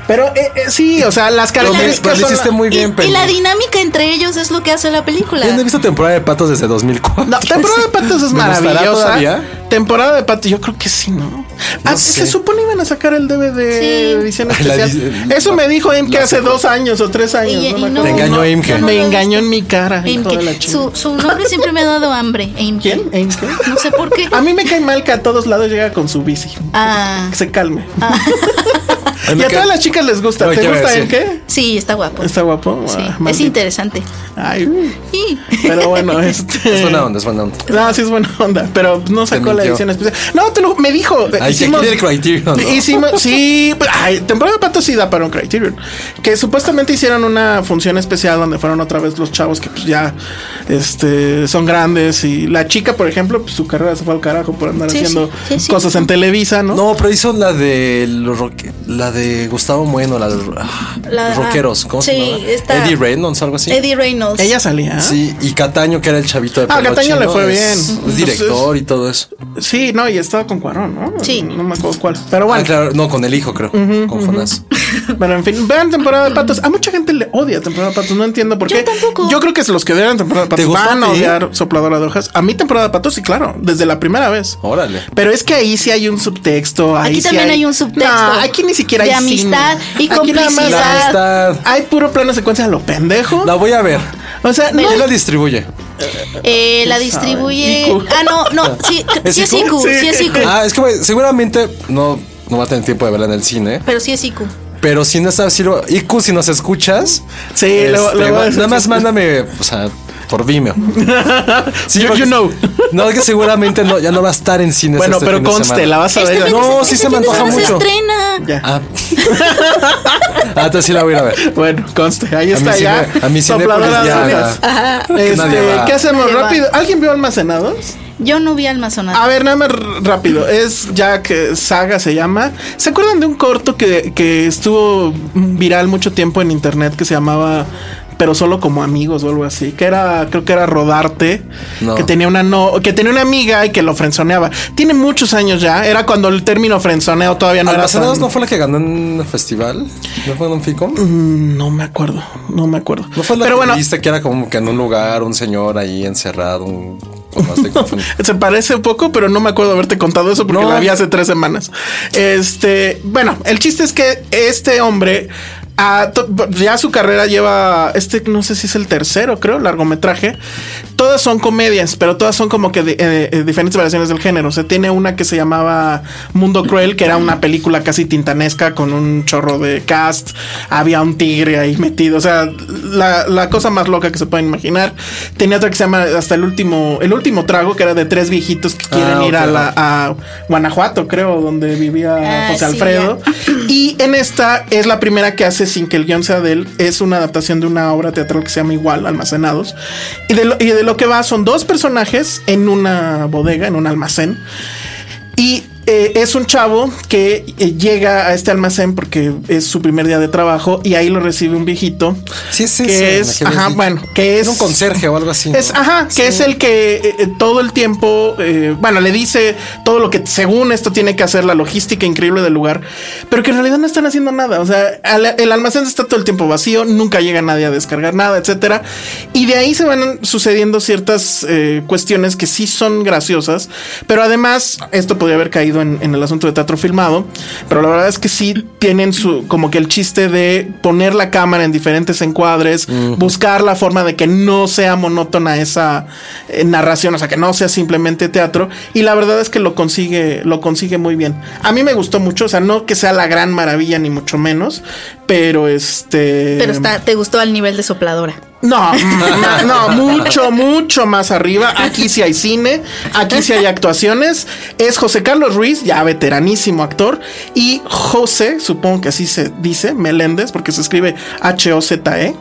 B: Pero eh, eh, sí, o sea, las
A: Pero, me-
B: características.
A: pero lo
B: son-
A: hiciste muy
C: y-
A: bien,
C: y,
A: pero
C: la dinámica entre ellos es lo que hace la película.
A: Yo no he visto temporada de patos desde 2004.
B: No, temporada de patos es
A: ¿Me gustará
B: maravillosa.
A: todavía?
B: Temporada de patos, yo creo que sí, ¿no? Ah,
A: sé.
B: se supone iban a sacar el DVD
C: Sí.
B: edición
A: Ay, la
B: especial.
A: di-
B: Eso
A: la-
B: me dijo Em que
A: la
B: hace
A: sacó.
B: dos años o tres
C: Y-
B: años. no me
C: y no-
B: acuerdo.
A: Te engañó Em
C: no,
A: Imke.
C: no lo Em
B: Me
C: viste.
B: engañó en mi cara, hijo
C: Imke.
B: de la chingada.
C: Su, su nombre siempre me ha dado hambre. Imke.
B: ¿Quién? Imke.
C: No sé por qué.
B: A mí me cae mal que a todos lados llega con su bici.
C: Ah,
B: Que se calme.
A: Ay,
B: Y
A: me
B: a
A: ca-
B: todas las chicas les gusta.
A: No,
B: ¿Te
A: ya voy a
B: gusta
A: decir.
B: en qué?
C: sí, está guapo.
B: Está guapo.
C: Sí,
B: Ah,
C: es
B: maldito.
C: interesante.
B: Ay, uy.
C: Sí.
B: pero bueno, este.
A: Es buena onda, es buena onda.
B: No, Ah, sí es buena onda, pero no sacó la
A: mintió.
B: edición especial. No, te lo, me dijo. eh,
A: Ay, que quiere el Criterion, ¿no?
B: Hicimos, sí, pero, ay, temporada de patos sí da para un Criterion. Que supuestamente hicieron una función especial donde fueron otra vez los chavos que pues ya este, son grandes y la chica, por ejemplo, pues su carrera se fue al carajo por andar
C: Sí,
B: haciendo
C: sí, sí, sí.
B: cosas en Televisa, ¿no?
A: No, pero hizo la de los roque- la de Gustavo Bueno, la de ah,
C: La-
A: los rockeros, ¿cómo se
C: sí,
A: llama?
C: esta-
A: Eddie Reynolds, algo así.
C: Eddie Reynolds.
B: Ella salía.
A: Sí, y Cataño, que era el chavito de
B: Ah,
A: pelo
B: Cataño le
A: chino,
B: fue
A: es-
B: bien.
A: es director y todo eso. Ah,
B: Sí, no, y estaba con Cuarón, ¿no?
C: Sí.
B: No me acuerdo cuál. Pero bueno,
A: Ah, claro, no, con el hijo, creo. con Jonás.
B: Pero en fin, vean temporada de patos. A mucha gente le odia temporada de patos. No entiendo por
C: Yo
B: qué.
C: tampoco.
B: Yo creo que los que vean temporada de
A: ¿Te
B: patos
A: gustó
B: van
A: a
B: a
A: ti?
B: odiar sopladora de hojas. A mí temporada de patos, sí, claro, desde la primera vez.
A: Órale.
B: Pero es que ahí sí hay un subtexto. ahí sí
C: Aquí también hay un subtexto.
B: No, aquí ni siquiera hay
C: De amistad
B: cine.
C: y
B: Aquí nada más
C: complicidad.
A: La amistad.
B: Hay puro plano secuencia a lo pendejo.
A: La voy a ver.
B: O sea, no.
A: ¿Quién la distribuye?
C: Eh, la distribuye.
B: IQ.
C: Ah, no, no. Sí,
A: ¿Es
C: sí es
A: IQ?
C: IQ. Sí es IQ.
A: Ah, es que güey, seguramente no, no va a tener tiempo de verla en el cine.
C: Pero sí es IQ.
A: Pero si no sabes, si lo, IQ, si nos escuchas, este,
B: Sí, lo- lo voy a-
A: nada más mándame, o sea, por Vimeo. Sí,
B: You-
A: porque-
B: you know.
A: No, que seguramente no, ya no va a estar en cines.
B: Bueno,
A: este
B: pero
A: fin de
B: conste,
A: semana.
B: la vas a ver.
A: fin No, sí
C: este
A: se me
C: fin de
A: antoja
C: semana
A: mucho.
C: Se estrena.
B: Ya.
A: Ah. ah, entonces sí la voy a ir a ver.
B: Bueno, conste, ahí
A: A
B: está
A: mí sí
B: ya.
A: me- a mí sí me
B: Sopladora de
A: pones ya-
B: hojas.
A: que nadie
B: Este,
A: va.
B: ¿Qué hacemos?
C: Nadie va.
B: Rápido. ¿Alguien vio almacenados?
C: Yo no vi almacenado.
B: A ver, nada más r- rápido. Es Jack eh, Saga, se llama. ¿Se acuerdan de un corto que, que estuvo viral mucho tiempo en internet que se llamaba pero solo como amigos o algo así, que era, creo que era rodarte,
A: No.
B: que tenía una no, que tenía una amiga y que lo frenzoneaba. Tiene muchos años ya, era cuando el término frenzoneo todavía no
A: ¿Almacenados
B: era.
A: no
B: tan-
A: fue la que ganó en el festival? ¿No fue en un FICOM?
B: no me acuerdo, no me acuerdo.
A: ¿No fue la
B: Pero
A: que
B: bueno,
A: viste que era como que en un lugar, un señor ahí encerrado, un... con más de-
B: Se parece un poco, pero no me acuerdo haberte contado eso porque
A: No.
B: la vi hace tres semanas. Este, bueno, el chiste es que este hombre ah, to- ya su carrera lleva este, no sé si es el tercero, creo, largometraje. Todas son comedias, pero todas son como que de- eh, eh, diferentes variaciones del género. O sea, tiene una que se llamaba Mundo Cruel, que era una película casi tintanesca con un chorro de cast. Había un tigre ahí metido. O sea, la, la cosa más loca que se pueden imaginar. Tenía otra que se llama Hasta el último, el último trago, que era de tres viejitos que quieren
A: Ah,
B: ir a
A: ok.
B: la a Guanajuato, creo, donde vivía
C: Ah,
B: José
C: sí,
B: Alfredo. Y en esta es la primera que hace sin que el guión sea de él. Es una adaptación de una obra teatral que se llama Igual, Almacenados. Y de lo, y de lo que va son dos personajes en una bodega, en un almacén. Y
C: eh, es un chavo que eh, llega a este almacén porque es su primer día de trabajo y ahí lo recibe un viejito.
A: Sí, sí,
C: que
A: sí, me
C: Es,
A: quedé
C: ajá,
A: así.
C: bueno, que es
A: Era un conserje o algo así, ¿no?
C: Es, ajá, que es el que eh, eh, todo el tiempo, eh, bueno, le dice todo lo que según esto tiene que hacer la logística increíble del lugar, pero que en realidad no están haciendo nada. O sea, al- el almacén está todo el tiempo vacío, nunca llega nadie a descargar nada, etcétera. Y de ahí se van sucediendo ciertas eh, cuestiones que sí son graciosas, pero además esto podría haber caído en, en el asunto de teatro filmado, pero la verdad es que sí tienen su como que el chiste de poner la cámara en diferentes encuadres, buscar la forma de que no sea monótona esa eh, narración, o sea, que no sea simplemente teatro y la verdad es que lo consigue lo consigue muy bien. A mí me gustó mucho, o sea, no que sea la gran maravilla ni mucho menos, pero este
B: Pero está, te gustó al nivel de sopladora.
C: no, no, no, mucho, mucho más arriba. Aquí sí hay cine, aquí sí hay actuaciones. Es José Carlos Ruiz, ya veteranísimo actor, y José, supongo que así se dice, Meléndez, porque se escribe H-O-Z-E, E,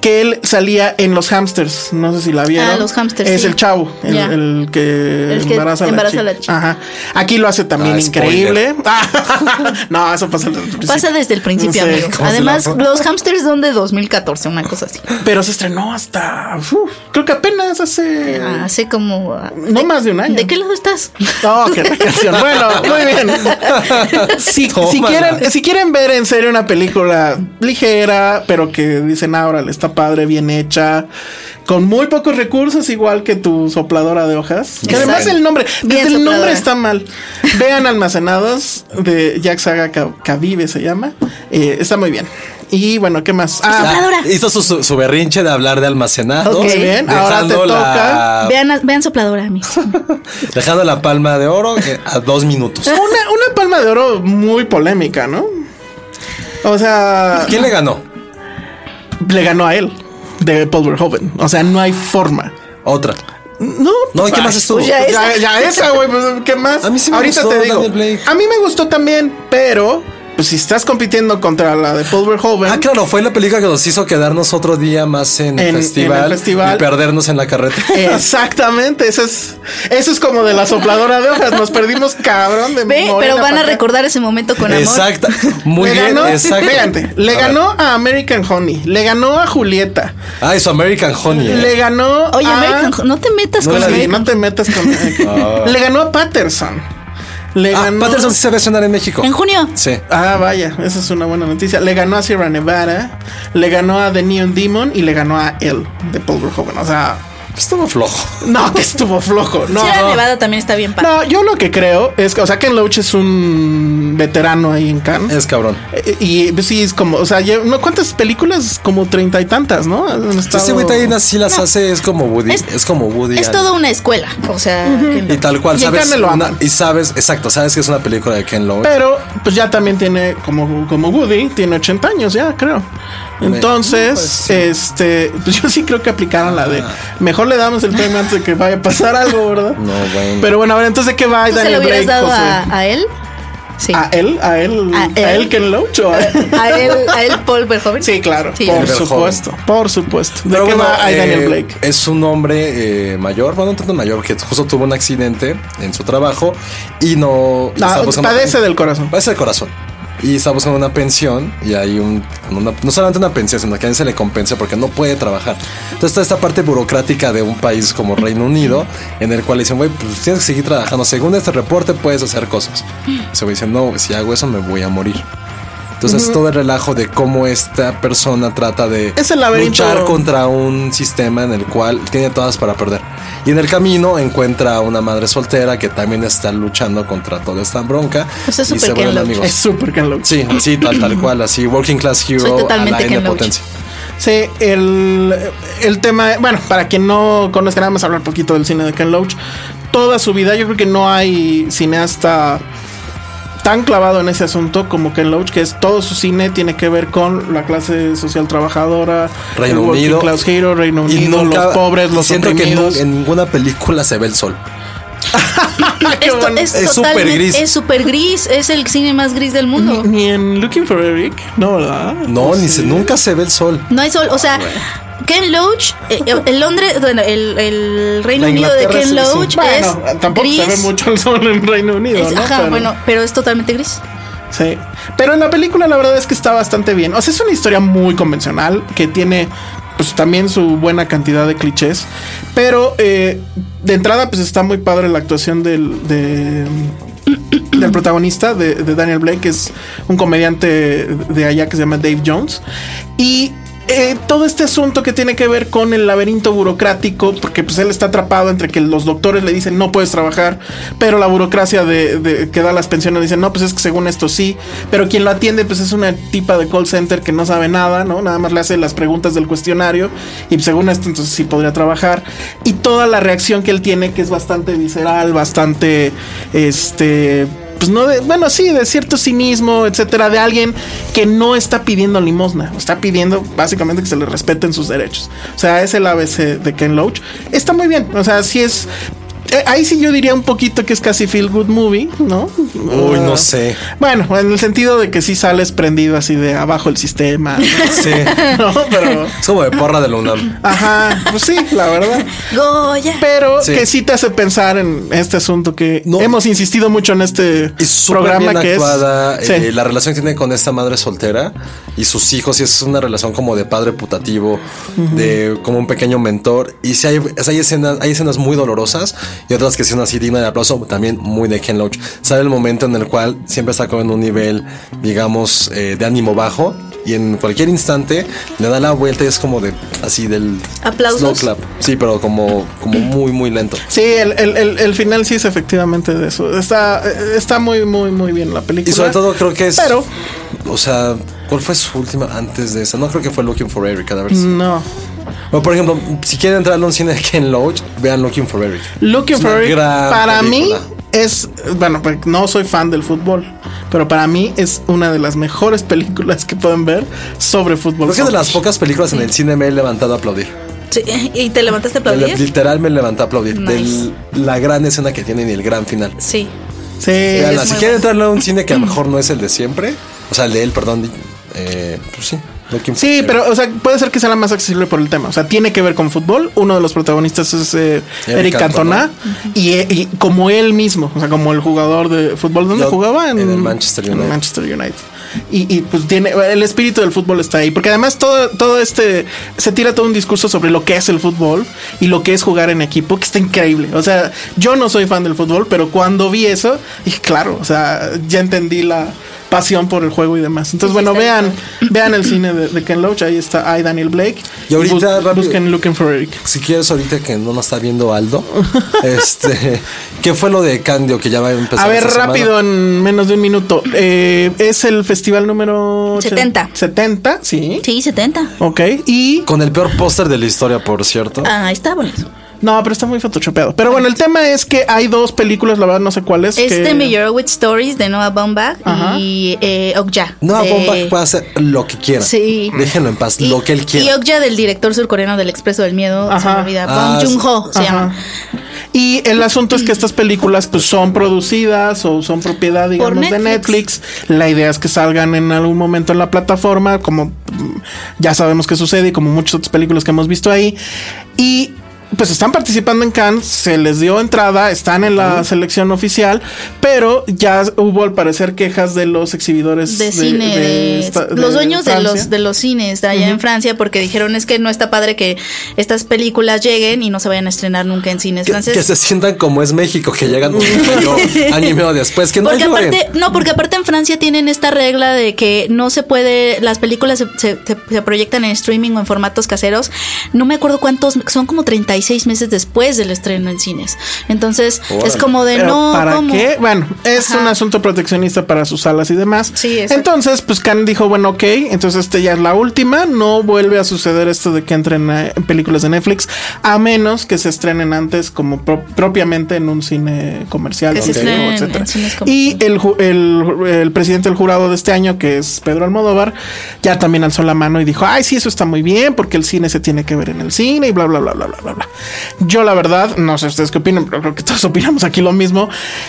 C: que él salía en Los Hamsters, no sé si la vieron.
B: Ah, Los Hamsters,
C: Es
B: sí.
C: el chavo, el,
B: Ya.
C: el que
B: El que
C: embaraza, a
B: embaraza a
C: la
B: la
C: chica.
B: chica.
C: Ajá. Aquí lo hace también
A: Ah, spoiler.
C: increíble. Ah. no, eso pasa desde el principio.
B: Pasa desde el principio,
C: Sí,
B: amigo.
A: ¿cómo se la
B: Además,
A: fue?
B: los hamsters son de 2014, una cosa así.
C: Pero se estrenó hasta, uf, creo que apenas hace...
B: Hace como. ah,
C: No más de un año.
B: ¿De qué lado estás?
C: Oh, qué reacción. Bueno, muy bien. Si, si
A: Tómala.
C: quieren, si quieren ver en serio una película ligera, pero que dicen ahora le está padre, bien hecha, con muy pocos recursos, igual que tu sopladora de hojas. Que
B: Exacto.
C: además el nombre,
B: Bien
C: desde el
B: sopladora.
C: nombre está mal. Vean Almacenados de Jack Saga Cavive se llama. Eh, está muy bien. Y bueno, ¿qué más? Ah,
B: Sopladora.
A: Hizo su, su- su berrinche de hablar de almacenado.
B: Ok.
C: muy bien. Ahora te
A: Dejando,
C: toca.
A: la,
B: Vean, vean sopladora, amigos.
A: dejando la palma de oro eh, a dos minutos.
C: Una, una palma de oro muy polémica, ¿no? O sea.
B: Ah.
A: ¿Quién le ganó?
C: le ganó a él de Paul Verhoeven. O sea, no hay forma.
A: Otra.
C: No,
A: No, ¿y qué más estuvo?
C: pues ya, ya- ya esa, güey. pues, ¿Qué más?
A: A mí sí me
C: Ahorita
A: gustó
C: te digo.
A: Daniel Blake.
C: A mí me gustó también, pero pues, si estás compitiendo contra la de Paul Verhoeven.
B: ¿Mm?
A: Ah, claro, fue la película que nos hizo quedarnos otro día más en,
C: En- en
A: el,
C: el
A: festival
C: festival.
A: y perdernos en la carretera.
C: Exactamente, eso es, eso es como de la sopladora de hojas. Nos perdimos cabrón de
B: Ve,
C: Morena
B: pero van
C: para
B: a
C: acá.
B: recordar ese momento con amor.
A: Exacta. Muy
C: le
A: bien,
C: ganó,
A: exacto.
C: fíjate, le
A: A
C: ganó a American Honey, le ganó a Julieta,
A: ver. Ah, eso, American Honey. eh.
C: le ganó
B: Oye,
C: a-
B: American, Ho- no te metas
A: No
B: con
A: la vi,
C: Sí,
B: American.
C: no te metas con. Le ganó a Patterson. Le
A: Ah,
C: ganó.
A: Patterson sí se va a estrenar en México.
B: En junio.
A: Sí.
C: Ah, vaya, esa es una buena noticia. Le ganó a Sierra Nevada, le ganó a The Neon Demon y le ganó a él de Paul Verhoeven. O sea,
A: Estuvo flojo.
C: no, que estuvo flojo. No,
B: Sierra
C: no.
B: Nevada también está bien padre.
C: No, yo lo que creo es que, o sea, Ken Loach es un veterano ahí en Cannes.
A: Es cabrón.
C: Eh, Y pues, sí, es como, o sea, lleva- no, ¿cuántas películas? Como treinta y tantas, ¿no? Han
A: Sí, Este
C: estado-
A: güey también así las hace, es como Woody. Es,
B: Es-
A: como Woody.
B: Es
A: Allen.
B: toda una escuela. O sea, en-
A: Y tal cual,
C: Y en
A: sabes.
C: Cannes lo
A: una-
C: aman.
A: y sabes, exacto, sabes que es una película de Ken Loach.
C: Pero pues ya también tiene como, como Woody, tiene 80 años ya, creo. Entonces,
A: pues,
C: este, pues yo sí creo que aplicaron la de
A: Ah.
C: mejor le damos el premio antes de que vaya a pasar algo, ¿verdad?
A: No, bueno.
C: Pero bueno, a ver, entonces ¿de qué va
B: ¿tú se
C: Daniel
B: lo hubieras
C: Blake,
B: dado
C: José?
B: a, a él? Sí.
C: ¿A él, a él,
B: ¿A
C: a él,
B: él?
C: Ken Loach o a él?
B: A él, a él Paul Verhoeven.
C: Sí, claro,
B: Sí,
C: por
A: Oliver Joven.
C: supuesto, por supuesto. ¿De
A: Pero
C: qué
A: bueno,
C: va I,
A: eh,
C: Daniel Blake?
A: Es un hombre eh, mayor, bueno, no tanto mayor, que justo tuvo un accidente en su trabajo y no.
C: No,
A: está buscando-
C: Ah, padece del corazón.
A: Padece del corazón. Y está buscando una pensión y hay un. una- no solamente una pensión, sino que a él se le compensa porque no puede trabajar. Entonces está esta parte burocrática de un país como Reino Unido en el cual le dicen, güey, pues tienes que seguir trabajando. Según este reporte puedes hacer cosas. Se güey dice, no, si hago eso me voy a morir. Entonces es todo el relajo de cómo esta persona trata de
C: Es el laberinto.
A: luchar contra un sistema en el cual tiene todas para perder. Y en el camino encuentra a una madre soltera que también está luchando contra toda esta bronca.
B: Pues es
A: y
B: súper
A: se vuelven
B: Ken Loach.
A: amigos.
C: Es súper Ken Loach.
A: Sí, sí, tal, tal cual, así. Working Class Hero
B: Soy
A: a la
B: totalmente
A: N
B: Ken Loach.
A: potencia.
C: Sí, el, el tema, bueno, para quien no conozca, nada más hablar un poquito del cine de Ken Loach. Toda su vida, yo creo que no hay cineasta tan clavado en ese asunto como Ken Loach, que es todo su cine tiene que ver con la clase social trabajadora,
A: Reino
C: el working
A: Unido.
C: class hero, Reino
A: Y
C: Unido,
A: nunca-
C: los pobres, los
A: siento
C: oprimidos.
A: que nu- en ninguna película se ve el sol.
B: Esto
C: bueno.
B: Ah, es,
A: Es súper
B: totalmente-
A: gris.
B: Es súper gris. Es el cine más gris del mundo.
C: Ni en Looking for Eric, no, ¿verdad?
A: No, ni se, nunca se ve el sol.
B: No hay sol. O sea, Ken Loach, eh, el Londres, bueno, el, el Reino
A: La
B: Unido de
A: Inglaterra
B: Ken
A: es- sí.
B: Loach
C: Bueno,
B: es
C: tampoco
B: gris.
C: se ve mucho el sol en Reino Unido,
B: es-
C: ¿no?
B: ajá,
C: Pero-
B: bueno, pero es totalmente gris.
C: Sí. Pero en la película la verdad es que está bastante bien. O sea, es una historia muy convencional que tiene pues también su buena cantidad de clichés. Pero eh, de entrada pues está muy padre la actuación del, de- del protagonista de, de Daniel Blake, que es un comediante de allá que se llama Dave Jones. Y... eh, todo este asunto que tiene que ver con el laberinto burocrático, porque pues él está atrapado entre que los doctores le dicen no puedes trabajar, pero la burocracia de, de- que da las pensiones dice no, pues es que según esto sí, pero quien lo atiende pues es una tipa de call center que no sabe nada, ¿no? Nada más le hace las preguntas del cuestionario y según esto entonces sí podría trabajar y toda la reacción que él tiene que es bastante visceral, bastante este pues no de, bueno, sí, de cierto cinismo, etcétera, de alguien que no está pidiendo limosna, está pidiendo básicamente que se le respeten sus derechos. O sea, es el ABC de Ken Loach. Está muy bien, o sea, sí es. eh, ahí sí yo diría un poquito que es casi feel good movie, ¿no?
A: Uy, no
C: Ah,
A: sé.
C: Bueno, en el sentido de que sí sales prendido así de abajo el sistema,
A: Sí.
C: Ah. ¿no? Pero.
A: Es como de porra de la UNAM.
C: Ajá, pues sí, la verdad.
B: Goya.
C: Pero
A: Sí.
C: que sí te hace pensar en este asunto que
A: No.
C: hemos insistido mucho en este
A: Y súper
C: programa
A: bien
C: que
A: actuada.
C: es.
A: eh,
C: Sí.
A: la relación que tiene con esta madre soltera y sus hijos, y es una relación como de padre putativo, de como un pequeño mentor. Y si hay, o sea, hay escenas, hay escenas muy dolorosas y otras que son así dignas de aplauso, también muy de Ken Loach. Sabe el momento en el cual siempre está como en un nivel, digamos, eh, de ánimo bajo. Y en cualquier instante le da la vuelta y es como de así del
B: ¿Aplausos?
A: slow clap. Sí, pero como, como muy, muy lento.
C: Sí, el, el- el- el final sí es efectivamente de eso. Está, eh, está muy, muy, muy bien la película.
A: Y sobre todo creo que es.
C: Pero-
A: O sea, ¿cuál fue su última antes de esa? No creo que fue Looking for Eric, a ver si-
C: No.
A: O, por ejemplo, si quieren entrar a un cine de Ken Loach, vean Looking for Eric.
C: Looking
A: Es una
C: for Eric,
A: gran
C: para
A: película.
C: mí es. Bueno, pues no soy fan del fútbol, pero para mí es una de las mejores películas que pueden ver sobre fútbol.
A: Creo que es de las pocas películas en el cine me he levantado a aplaudir.
B: Sí, y te levantaste a
A: Del-
B: aplaudir.
A: Literal me levanté a aplaudir.
B: Nice.
A: Del- la gran escena que tienen y el gran final.
B: Sí.
C: Sí,
A: Veanla,
B: es
A: si
B: muy
A: quieren entrar a un cine que a lo mejor no es el de siempre, o sea, el de él, perdón, eh, pues sí. Looking for
C: Sí,
A: Eric.
C: pero o sea, puede ser que sea la más accesible por el tema. O sea, tiene que ver con fútbol. Uno de los protagonistas es eh,
A: Eric
C: Eric Cantona y, y como él mismo, o sea, como el jugador de fútbol. ¿Dónde
A: Yo-
C: jugaba?
A: en el Manchester
C: en
A: United.
C: Manchester United. Y, y, pues tiene el espíritu del fútbol está ahí, porque además todo, todo este se tira todo un discurso sobre lo que es el fútbol y lo que es jugar en equipo, que está increíble. O sea, yo no soy fan del fútbol, pero cuando vi eso, dije, claro, o sea, ya entendí la pasión por el juego y demás. Entonces, bueno, vean, vean el cine de, de Ken Loach, ahí está, hay Daniel Blake.
A: Y ahorita,
C: Bus-
A: rápido.
C: busquen Looking for Eric.
A: Si quieres ahorita que no nos está viendo Aldo, este, ¿qué fue lo de Candio que ya va Pues a empezar?
C: A ver,
A: esta semana?
C: rápido, en menos de un minuto. Eh, es el festival número
B: 70.
C: 70, sí.
B: Sí, 70.
C: Ok, y
A: Con el peor póster de la historia, por cierto.
B: Ah, está bonito.
C: No, pero está muy photoshopeado. Pero bueno, el tema es que hay dos películas, la verdad no sé cuáles.
B: Este
C: que-
B: Me Your With Stories de Noah Baumbach
C: Ajá.
B: y eh, Okja.
A: No,
B: de-
A: Bomba puede hacer lo que quiera.
B: Sí.
A: Déjenlo en paz,
B: Y-
A: lo que él
B: Y
A: quiera.
B: Okja del director surcoreano del Expreso del Miedo. Se
C: Ajá.
B: me olvida.
A: Ah,
B: Bong Joon-ho se
C: Ajá.
B: llama.
C: Y el asunto es que estas películas pues son producidas o son propiedad, digamos, de
B: Netflix.
C: Netflix. La idea es que salgan en algún momento en la plataforma, como mm, ya sabemos que sucede y como muchas otras películas que hemos visto ahí. Y pues están participando en Cannes, se les dio entrada, están en la selección oficial, pero ya hubo al parecer quejas de los exhibidores
B: de cine, de,
C: esta-
B: los dueños de
C: Francia.
B: los de los cines de allá en Francia, porque dijeron es que no está padre que estas películas lleguen y no se vayan a estrenar nunca en cines
A: Que, que
B: franceses.
A: se sientan como es México, que llegan un año, año y medio después, que no
B: Porque
A: lloren.
B: aparte, no, porque aparte en Francia tienen esta regla de que no se puede, las películas se, se- se- se proyectan en streaming o en formatos caseros. No me acuerdo cuántos, son como 36 meses después del estreno en cines. Entonces, es
A: Órale.
B: como de
C: Pero
B: no,
C: ¿para
B: ¿cómo?
C: qué? Bueno, es
B: Ajá.
C: un asunto proteccionista para sus salas y demás.
B: Sí, exacto.
C: Entonces, pues Khan dijo, bueno, ok, entonces esta ya es la última, no vuelve a suceder esto de que entren eh, películas de Netflix, a menos que se estrenen antes como pro- propiamente en un cine comercial,
B: Que se
C: donde
B: estrenen
C: digo,
B: en-
C: etcétera.
B: en cines
C: Y el, ju- el, el presidente del jurado de este año, que es Pedro Almodóvar, ya también alzó la mano y dijo, ay, sí, eso está muy bien, porque el cine se tiene que ver en el cine y bla, bla, bla, bla, bla, bla. bla. Yo la verdad, no sé ustedes qué opinan, pero creo que todos opinamos aquí lo mismo.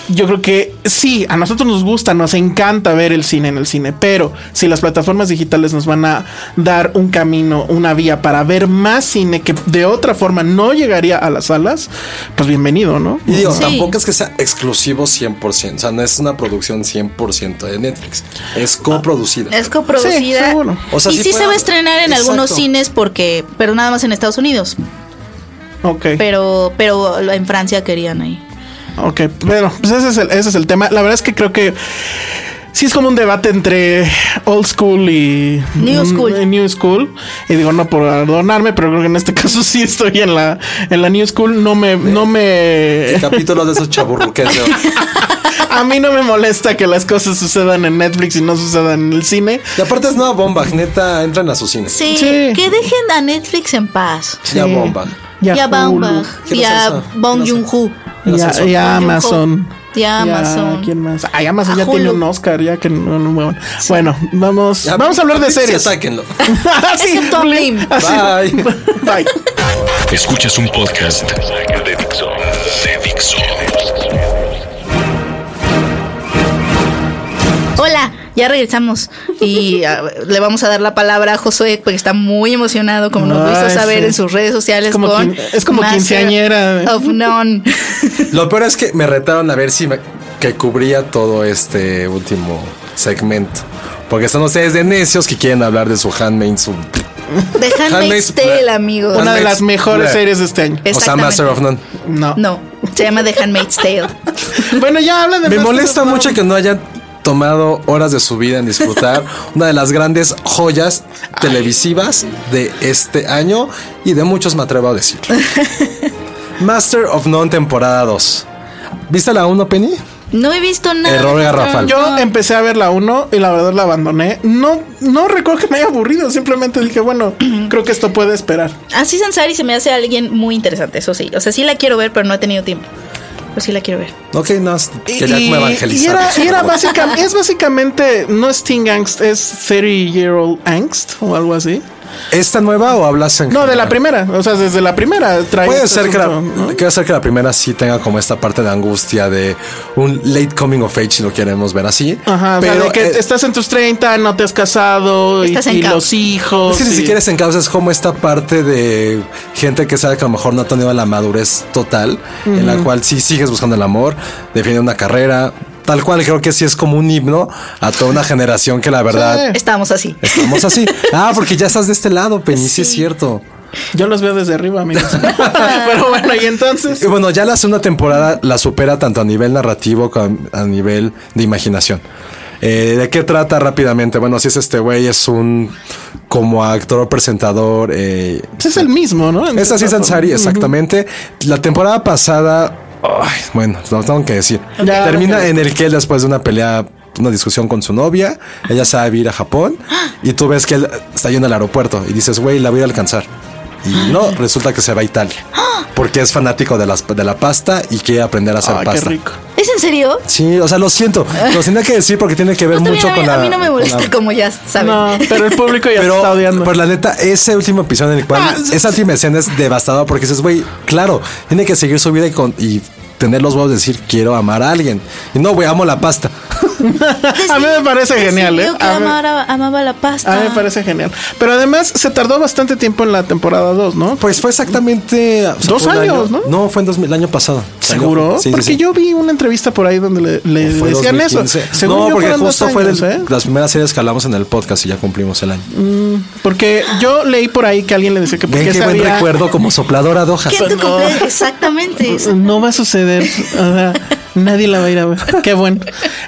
C: Yo creo que sí, a nosotros nos gusta, nos encanta ver el cine en el cine, pero si las plataformas digitales nos van a dar un camino, una vía para ver más cine que de otra forma no llegaría a las salas, pues bienvenido, ¿no?
A: Y digo,
B: Sí.
A: tampoco es que sea exclusivo 100%. O sea, no es una producción 100% de Netflix. Es coproducida.
B: Es coproducida.
C: Sí, seguro.
A: O sea,
B: y
A: sí
B: sí,
A: puede
B: se va
A: haber-
B: a estrenar en algunos
A: Exacto.
B: cines porque, pero nada más en Estados Unidos.
C: Ok.
B: Pero, pero en Francia querían ahí.
C: Ok, pero pues ese es, el, ese es el tema. La verdad es que creo que sí es como un debate entre old school y
B: New school.
C: mm, new school. Y digo, no por adornarme, pero creo que en este caso sí estoy en la, en la new school. No me, no me.
A: Capítulos de esos chaburruques. de-
C: A mí no me molesta que las cosas sucedan en Netflix y no sucedan en el cine.
A: Y aparte es una bomba, neta, entran a sus cines.
B: Sí,
C: Sí.
B: que dejen a Netflix en paz.
A: Ya bomba.
C: Ya
B: Y a Baumbach.
C: Hulu,
A: ¿Qué
B: Y
A: no es
B: a
A: eso?
B: Bong
A: ¿Qué no es
B: Joon-ho.
C: y a- y a Amazon.
B: Y a
C: Ya,
B: Amazon.
C: ¿Quién más? Ay, Amazon
B: A
C: ya tiene
B: Hulu.
C: un Oscar, ya que no, no muevan. Bueno, vamos, Ah,
A: Ya,
C: vamos a hablar de
A: sí,
C: series.
A: Sáquenlo.
C: Así,
B: Excepto a
C: Blin,
B: Blin.
C: así.
A: Bye.
C: Bye.
E: Escuchas un podcast de Dixo. De Dixo.
B: Hola, ya regresamos. Y ah, le vamos a dar la palabra a Josué, porque está muy emocionado, como nos lo hizo
C: Ay,
B: saber
C: sí.
B: en sus redes sociales.
C: Es como
B: con
C: quin- es como
B: Master
C: quinceañera. eh,
B: Of None.
A: Lo peor es que me retaron a ver si me, que cubría todo este último segmento. Porque son ustedes de necios que quieren hablar de su handmaid, su...
B: De Handmaid's
A: Handmaid's Tale.
B: Tale, amigos.
C: Una de
A: Handmaid's
C: las mejores
A: Tale.
C: series de este año.
A: O sea,
B: Exactamente.
A: Master of None.
C: No.
B: No, se llama The Handmaid's Tale.
C: Bueno, ya hablan de
A: Me
C: Masters
A: molesta
C: of None.
A: mucho que no hayan tomado horas de su vida en disfrutar una de las grandes joyas televisivas de este año y de muchos me atrevo a decir. Master of None temporada 2. ¿Viste la 1, Penny?
B: No he visto nada.
A: Error garrafal.
C: Yo empecé a ver la 1 y la verdad la abandoné. No, no recuerdo que me haya aburrido. Simplemente dije, bueno, creo que esto puede esperar.
B: Así Sansari se me hace alguien muy interesante, eso sí. O sea, sí la quiero ver, pero no he tenido tiempo. Pero sí la quiero ver.
A: Ok, no, es- quería
C: y,
A: como
C: y
A: evangelizar.
C: era, y era básica- es básicamente, no es teen angst, es 30 year old angst o algo así.
A: ¿Esta nueva o hablas en
C: No, de la
A: general?
C: primera, o sea, desde la primera trae
A: Puede
C: este
A: ser, que la,
C: asunto, ¿no?
A: puede ser que la primera sí tenga como esta parte de angustia de un late coming of age, si lo queremos ver así.
C: Ajá, pero que
A: eh,
C: estás en tus 30, no te has casado y,
B: Estás en
C: y
B: caos.
C: los hijos.
A: Es que ni
C: y-
A: siquiera se encausa, es como esta parte de gente que sabe que a lo mejor no ha tenido la madurez total, en la cual sí sigues buscando el amor, defiende una carrera, tal cual creo que sí es como un himno a toda una generación que la verdad
B: Estábamos así.
A: estamos así. Ah, porque ya estás de este lado, Penny, sí, es cierto.
C: Yo los veo desde arriba, amigos. Pero bueno, y entonces.
A: Y bueno, ya la segunda temporada la supera tanto a nivel narrativo como a nivel de imaginación. Eh, ¿De qué trata rápidamente? Bueno, si es este güey, es un como actor, presentador, eh,
C: Pues es el mismo, ¿no? En
A: Esta sí es
C: cierta
A: Ansari,
C: forma.
A: exactamente. La temporada pasada, ay, bueno, lo tengo que decir.
C: Ya,
A: Termina
C: déjalo.
A: en el que él, después de una pelea, una discusión con su novia, ella se va a vivir a Japón y tú ves que él está yendo al aeropuerto y dices, güey, la voy a ir a alcanzar. Y no, resulta que se va a Italia porque es fanático de, las, de la pasta y quiere aprender a hacer
B: Ah,
C: Ay, ah, qué
A: pasta.
C: rico.
B: ¿Es en serio?
A: Sí, o sea, lo siento, lo tenía que decir porque tiene que ver
B: No, está
A: mucho
B: bien, a,
A: con
B: mí,
A: la.
B: a mí no me
A: con la-
B: molesta, como ya saben.
C: No, pero el público ya te
A: pero,
C: está odiando.
A: pero la neta, ese último episodio en el cual,
C: Ah, sí,
A: esa última escena es devastadora porque dices, güey, claro, tiene que seguir su vida y, con- y tener los huevos de decir, quiero amar a alguien. Y no, güey, amo la pasta.
C: a mí me parece genial, ¿eh?
B: Decidió que
C: A mí,
B: amara- amaba la pasta.
C: a mí me parece genial. Pero además se tardó bastante tiempo en la temporada 2, ¿no?
A: Pues fue exactamente. o sea,
C: Dos
A: fue un
C: años,
A: año-
C: ¿no?
A: No, fue en 2000, el año pasado.
C: ¿Seguro?
A: Sí, sí,
C: porque
A: sí.
C: yo vi una entrevista por ahí donde le, le
A: Fue
C: decían
A: 2015.
C: eso. Según
A: no,
C: yo
A: porque
C: fueron dos
A: justo fue de
C: años, ¿eh?
A: las primeras series que hablamos en el podcast y ya cumplimos el año.
C: Porque yo leí por ahí que alguien le decía que
A: Ven
C: porque
A: qué buen
C: sabía-
A: recuerdo como sopladora de hojas.
B: ¿Qué te compré? Exactamente.
C: No va a suceder. O sea, nadie la va a ir a ver. Qué bueno.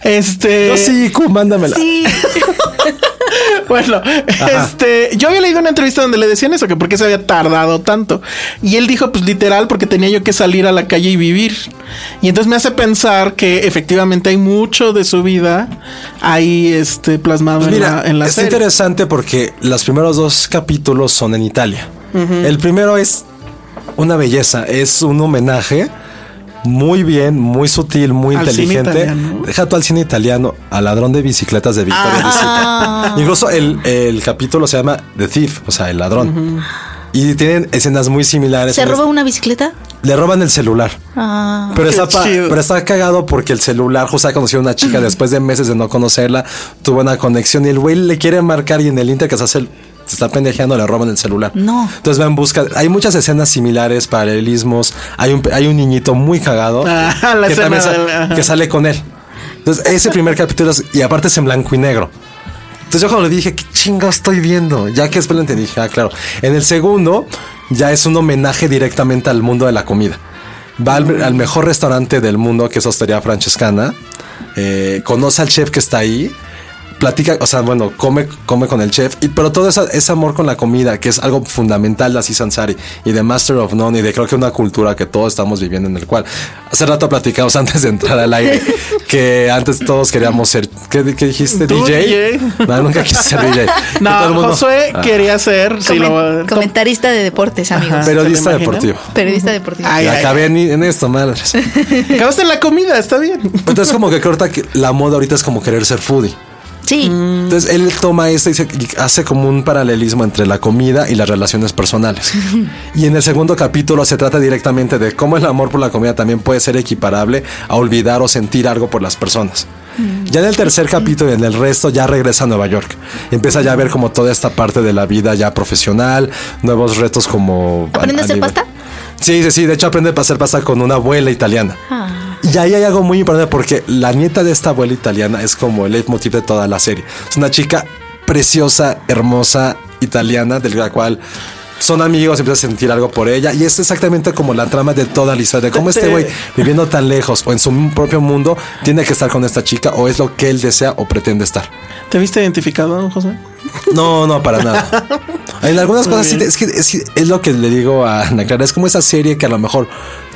C: Este.
A: Yo sí, Q, mándamela.
B: Sí.
C: Bueno, este, yo había leído una entrevista donde le decían eso, que por qué se había tardado tanto. Y él dijo, pues literal, porque tenía yo que salir a la calle y vivir. Y entonces me hace pensar que efectivamente hay mucho de su vida ahí este, plasmado
A: Pues
C: en
A: mira,
C: la, en la
A: está
C: serie.
A: interesante porque los primeros dos capítulos son en Italia. El primero es una belleza, es un homenaje muy bien, muy sutil, muy
C: Al cine
A: inteligente.
C: italiano.
A: Deja tú al cine italiano, al ladrón de bicicletas de
C: Ah.
A: Victoria Di Sica. Incluso el, el capítulo se llama The Thief, o sea, el ladrón. Y tienen escenas muy similares.
B: ¿Se
A: donde
B: roba una bicicleta?
A: Le roban el celular.
B: Ah.
A: Pero
C: Qué
A: está, pa-
C: chido.
A: pero está cagado porque el celular, José ha conocido a una chica después de meses de no conocerla, tuvo una conexión y el güey le quiere marcar y en el Inter que se hace el- se está pendejeando, le roban el celular.
B: No.
A: Entonces va en busca. Hay muchas escenas similares, paralelismos. Hay un, hay un niñito muy cagado
C: Ah, la
A: que,
C: escena
A: también sa-
C: del- ajá.
A: que sale con él. Entonces, ese primer capítulo es- y aparte es en blanco y negro. Entonces yo cuando le dije, ¿qué chingo estoy viendo? Ya que después lo entendí, dije, ah, claro. En el segundo ya es un homenaje directamente al mundo de la comida. Va al, al mejor restaurante del mundo, que es Hostería Francescana. eh, conoce al chef que está ahí. Platica, o sea, bueno, come, come con el chef. Y, pero todo eso, ese amor con la comida, que es algo fundamental de Aziz Ansari y de Master of None y de creo que una cultura que todos estamos viviendo en el cual. Hace rato platicamos antes de entrar al aire que antes todos queríamos ser. ¿Qué, qué dijiste?
C: ¿Tú,
A: DJ?
C: DJ?
A: No, nunca quise ser DJ. Que todo el
C: No,
A: mundo-
C: Josué
A: Ah,
C: quería ser. sí,
B: Comen-
C: lo-
B: comentarista de deportes, amigos.
C: Pero-
A: Periodista
C: ¿Te lo imagino?
A: deportivo.
B: Periodista deportivo.
C: Ay,
A: Y
C: ay,
A: acabé en, en esto, madres.
C: acabaste en la comida, está bien.
A: Entonces, como que corta que la moda ahorita es como querer ser foodie.
B: Sí.
A: Entonces él toma este y se- y hace como un paralelismo entre la comida y las relaciones personales. Y en el segundo capítulo se trata directamente de cómo el amor por la comida también puede ser equiparable a olvidar o sentir algo por las personas.
B: Mm.
A: Ya en el tercer capítulo y en el resto ya regresa a Nueva York. Empieza ya a ver como toda esta parte de la vida ya profesional, nuevos retos como...
B: ¿Aprende a hacer
A: nivel-
B: pasta?
A: Sí, sí, sí. De hecho aprende a hacer pasta con una abuela italiana. Y ahí hay algo muy importante porque la nieta de esta abuela italiana es como el leitmotiv de toda la serie. Es una chica preciosa, hermosa, italiana, de la cual son amigos, empieza a sentir algo por ella. Y es exactamente como la trama de toda la historia. De cómo este güey, viviendo tan lejos o en su propio mundo, tiene que estar con esta chica o es lo que él desea o pretende estar.
C: ¿Te viste identificado, José?
A: No, no, para nada. En algunas cosas sí, te- es que es, que es lo que le digo a Ana Clara. Es como esa serie que a lo mejor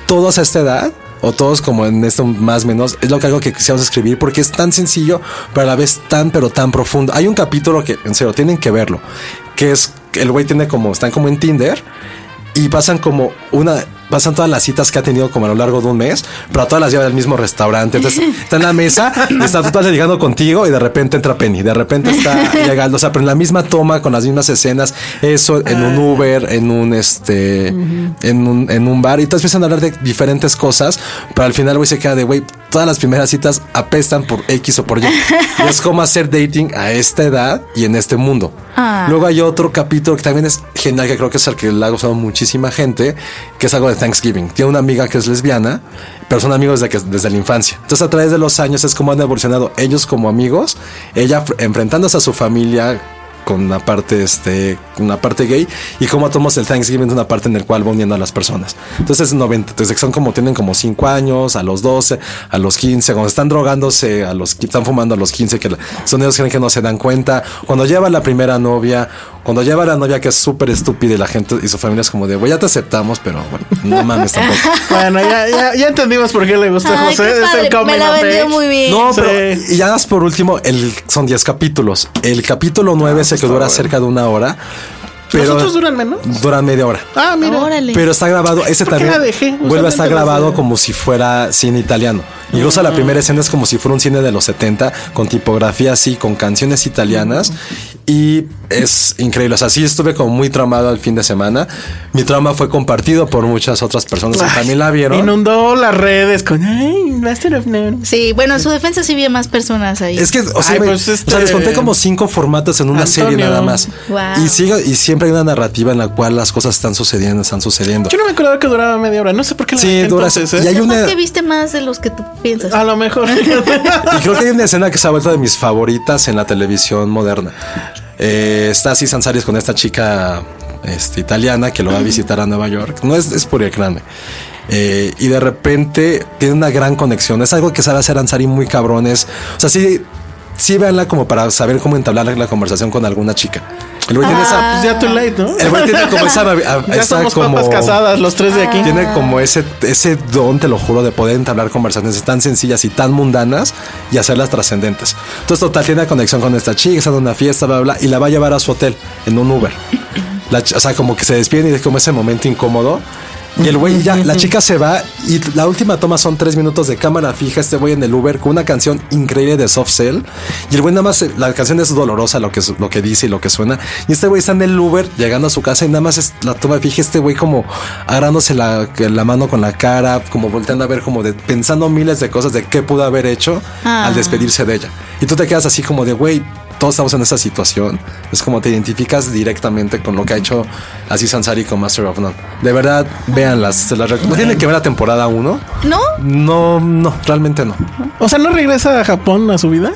A: todos a esta edad, o todos como en esto más o menos, es lo que algo que quisiéramos escribir porque es tan sencillo, pero a la vez tan, pero tan profundo. Hay un capítulo que, en serio, tienen que verlo, que es que el güey tiene como, están como en Tinder y pasan como una pasan todas las citas que ha tenido como a lo largo de un mes, pero a todas las lleva del mismo restaurante. Entonces está en la mesa, está tú estás llegando contigo y de repente entra Penny, de repente está llegando, o sea, pero en la misma toma con las mismas escenas, eso en un Uber, en un este, en un en un bar y entonces empiezan a hablar de diferentes cosas, pero al final güey se queda de güey, todas las primeras citas apestan por X o por Y. Y es como hacer dating a esta edad y en este mundo.
B: Ah.
A: Luego hay otro capítulo que también es genial, que creo que es el que le ha gustado muchísima gente, que es algo de Thanksgiving. Tiene una amiga que es lesbiana, pero son amigos desde, que, desde la infancia. Entonces a través de los años es como han evolucionado ellos como amigos, ella fr- enfrentándose a su familia con una parte este una parte gay y cómo tomamos el Thanksgiving de una parte en el cual va uniendo a las personas entonces 90 entonces son como tienen como 5 años a los 12 a los 15 cuando están drogándose a los qui- están fumando a los 15 que la- son ellos creen que no se dan cuenta cuando lleva la primera novia cuando lleva la novia que es súper estúpida y la gente y su familia es como de güey ya te aceptamos pero bueno no mames tampoco
C: Bueno, ya, ya, ya entendimos por qué le gustó
B: Ay,
C: a José.
B: qué
C: es el
B: padre,
C: coming
B: Me la
C: of
B: vendió
C: age.
B: muy bien.
A: No,
C: Sí.
A: pero y ya das por último, el, son 10 capítulos. El capítulo 9
C: Ah, pues
A: es el que dura cerca de una hora. Pero
C: ¿Los otros duran menos?
A: Duran media hora.
C: Ah, mira.
B: Órale.
A: Pero está grabado, ese
C: ¿Por qué
A: también
C: la dejé?
A: vuelve a estar
C: Usualmente los
A: grabado
C: de-
A: como si fuera cine italiano.
C: Ah.
A: Incluso la primera escena es como si fuera un cine de los 70, con tipografía así, con canciones italianas. Y es increíble. O sea, sí estuve como muy tramado el fin de semana. Mi trama fue compartido por muchas otras personas que
C: Ay,
A: también la vieron.
C: Inundó las redes con. Ay, Master of None.
B: Sí, bueno, en su defensa sí vi a más personas ahí.
A: Es que, o sea,
C: Ay,
A: güey,
C: pues,
A: o sea,
C: este-
A: les conté como cinco formatos en una
C: Antonio.
A: serie nada más.
B: Wow.
A: Y, sigue, y siempre hay una narrativa en la cual las cosas están sucediendo, están sucediendo.
C: Yo no me acordaba que duraba media hora. No sé por qué la
A: Sí,
C: dejé
A: dura-
C: entonces, ¿eh?
A: y hay
B: Capaz
A: una-
B: que viste más de los que tú piensas.
C: A lo mejor.
A: Y creo que hay una escena que se ha vuelto de mis favoritas en la televisión moderna. Eh, está así Sansaris con esta chica este, italiana que lo va a visitar a Nueva York. No es, es por el cráneo. Eh, y de repente tiene una gran conexión. Es algo que sabe hacer Ansari muy cabrones. O sea, sí, sí véanla como para saber cómo entablar la conversación con alguna chica. El güey tiene esa-
C: pues ya too late, ¿no?
A: El güey tiene como esa. a- a-
C: Ya
A: esa
C: somos
A: como-
C: papas casadas los tres de aquí.
A: Tiene como ese, ese don, te lo juro, de poder entablar conversaciones tan sencillas y tan mundanas y hacerlas trascendentes. Entonces, total, tiene conexión con esta chica, está en una fiesta, bla, bla, bla, y la va a llevar a su hotel en un Uber. La ch- o sea, como que se despiden y es como ese momento incómodo. Y el güey ya, la chica se va y la última toma son tres minutos de cámara fija. Este güey en el Uber con una canción increíble de Soft Cell. Y el güey nada más, se- la canción es dolorosa lo que, su- lo que dice y lo que suena. Y este güey está en el Uber llegando a su casa y nada más es la toma fija. Este güey como agarrándose la, la mano con la cara, como volteando a ver, como de, pensando miles de cosas de qué pudo haber hecho al despedirse de ella. Y tú te quedas así como de güey todos estamos en esa situación. Es como te identificas directamente con lo que ha hecho así Sansari con Master of None. De verdad, véanlas. Se las recomiendo. ¿No tiene que ver la temporada 1?
B: ¿No?
A: No, no, realmente no.
C: O sea, ¿no regresa a Japón a su vida?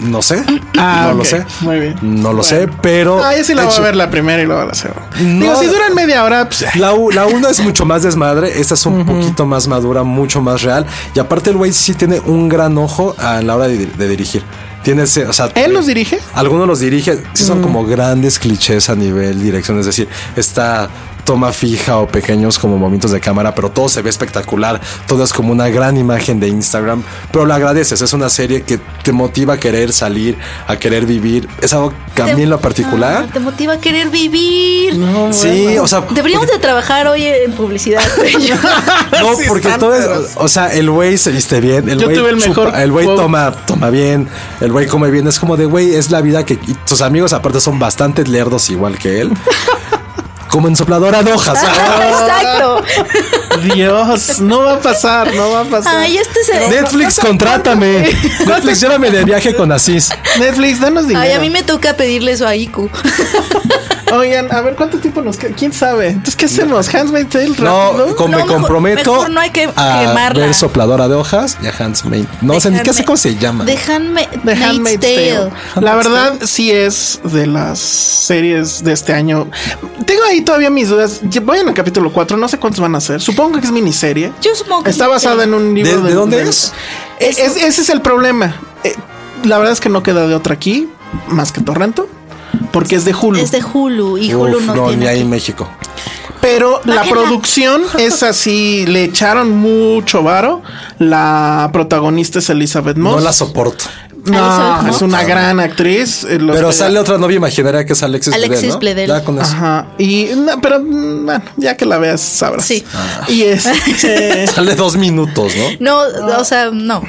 A: No sé.
C: Ah,
A: no
C: ok,
A: lo sé.
C: muy bien.
A: No lo
C: Bueno.
A: sé, pero.
C: Ah, yo sí la
A: Oh, de
C: voy a
A: hecho,
C: ver la primera y luego la segunda.
A: No.
C: Digo, si duran media hora, pues.
A: La, u- la uno es mucho más desmadre, esta es un poquito más madura, mucho más real. Y aparte el güey sí tiene un gran ojo a la hora de, de dirigir. Tiene ese, o sea,
C: ¿Él los dirige?
A: Algunos los dirige, sí son como grandes clichés a nivel dirección, es decir, está toma fija o pequeños como momentos de cámara, pero todo se ve espectacular, todo es como una gran imagen de Instagram, pero lo agradeces, es una serie que te motiva a querer salir, a querer vivir, es algo que a mí en lo particular,
B: Ah, te motiva a querer vivir.
A: sí, o sea,
B: Deberíamos de trabajar hoy en publicidad. güey.
A: No,
C: Sí
A: porque
C: están,
A: todo es.
C: pero-
A: O sea, el güey se viste bien. El
C: Yo
A: güey
C: tuve el
A: chupa,
C: mejor
A: El güey
C: quote.
A: toma, toma bien. El güey come bien. Es como de güey, es la vida que. y tus amigos, aparte, son bastante lerdos igual que él. Como en sopladora de hojas.
B: Exacto.
C: Dios, no va a pasar, no va a pasar.
B: Ay, este se.
A: Netflix, contrátame. Netflix, llévame de viaje con Asís.
C: Netflix, danos dinero.
B: Ay, a mí me toca pedirle eso a Iku.
C: Oigan, a ver cuánto tiempo nos queda. ¿Quién sabe? Entonces, ¿qué hacemos? Handmaid's Tale
A: No,
C: rápido?
A: con-
B: No,
A: me
B: mejor-
A: comprometo.
B: mejor no hay que
A: a
B: quemarla.
A: ver sopladora de hojas y a Handmaid. No sé ni qué sé cómo se llama.
B: Déjame.
C: The Handmaid's Tale. La
A: Handmaid's
C: verdad, sí es de las series de este año. Tengo ahí todavía mis dudas. Ya Voy en el capítulo 4, no sé cuántos van a ser. Supongo que es miniserie.
B: Yo supongo que
C: Está
B: sí.
C: basada en un libro.
A: ¿De- de dónde es?
C: Es- es- ese es el problema. Eh, la verdad es que no queda de otra aquí, más que Torrento, porque es de Hulu.
B: Es de Hulu y Hulu
A: Uf,
B: no,
A: no, ni
B: tiene.
A: ahí en
B: aquí.
A: México.
C: Pero la
B: Bájenla.
C: producción es así, le echaron mucho varo. La protagonista es Elizabeth Moss.
A: No la soporto.
C: No,
B: Elizabeth Moss.
C: es una gran actriz. eh, los
A: Pero
C: que-
A: sale otra novia imaginaria que es Alexis,
B: Alexis
A: Bledel, ¿no?
B: Bledel.
A: Ya con eso.
C: Ajá. Y no, pero mm, bueno, ya que la veas sabrás.
B: Sí.
C: Y este,
A: Sale dos minutos, ¿no?
B: No, o sea, um, no.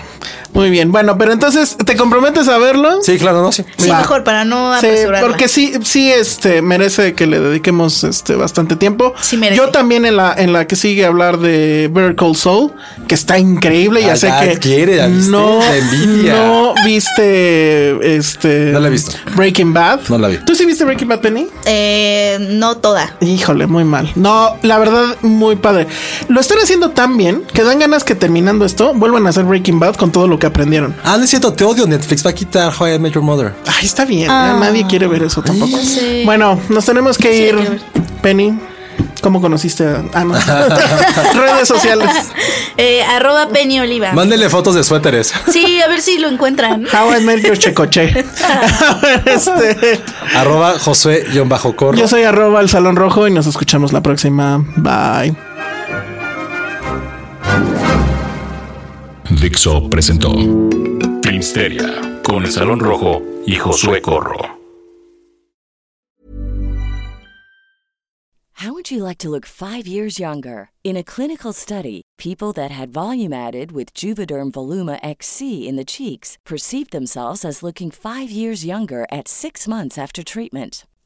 C: muy bien. Bueno, pero entonces te comprometes a verlo.
A: Sí, claro, no, sí.
B: Sí,
C: Va.
B: mejor para no ah.
C: Sí,
B: apresurarla.
C: porque sí, sí, este merece que le dediquemos este bastante tiempo.
B: Sí merece.
C: Yo también en la, en la que sigue hablar de Better Call Soul, que está increíble. Ya
A: Ah,
C: sé
A: ya
C: que
A: quiere, ya viste,
C: no,
A: la envidia.
C: no viste este
A: No la he visto.
C: Breaking Bad.
A: No la vi.
C: ¿Tú sí viste Breaking Bad, Penny?
B: Eh, no toda.
C: Híjole, muy mal. No, la verdad, muy padre. Lo están haciendo tan bien que dan ganas que terminando esto vuelvan a hacer Breaking Bad con todo lo que aprendieron.
A: Ah, no es cierto, te odio Netflix, va a quitar How I Met Your Mother.
C: Ay, está bien. ya
B: Ah.
C: Nadie quiere ver eso tampoco. Bueno, nos tenemos que ir.
B: quiero ver.
C: Penny, ¿cómo conociste a.? Ah, no. Redes sociales.
B: Eh, arroba Penny Oliva.
A: Mándele fotos de suéteres.
B: Sí, a ver si lo encuentran.
C: How I Met Your Checoche. A ver, este,
A: Arroba Josué-Corro.
C: yo soy arroba el Salón Rojo y nos escuchamos la próxima. Bye.
E: Dixo presentó Filmsteria con el Salón Rojo y Josué Corro.
F: How would you like to look five years younger? In a clinical study, people that had volume added with Juvederm Voluma XC in the cheeks perceived themselves as looking five years younger at six months after treatment.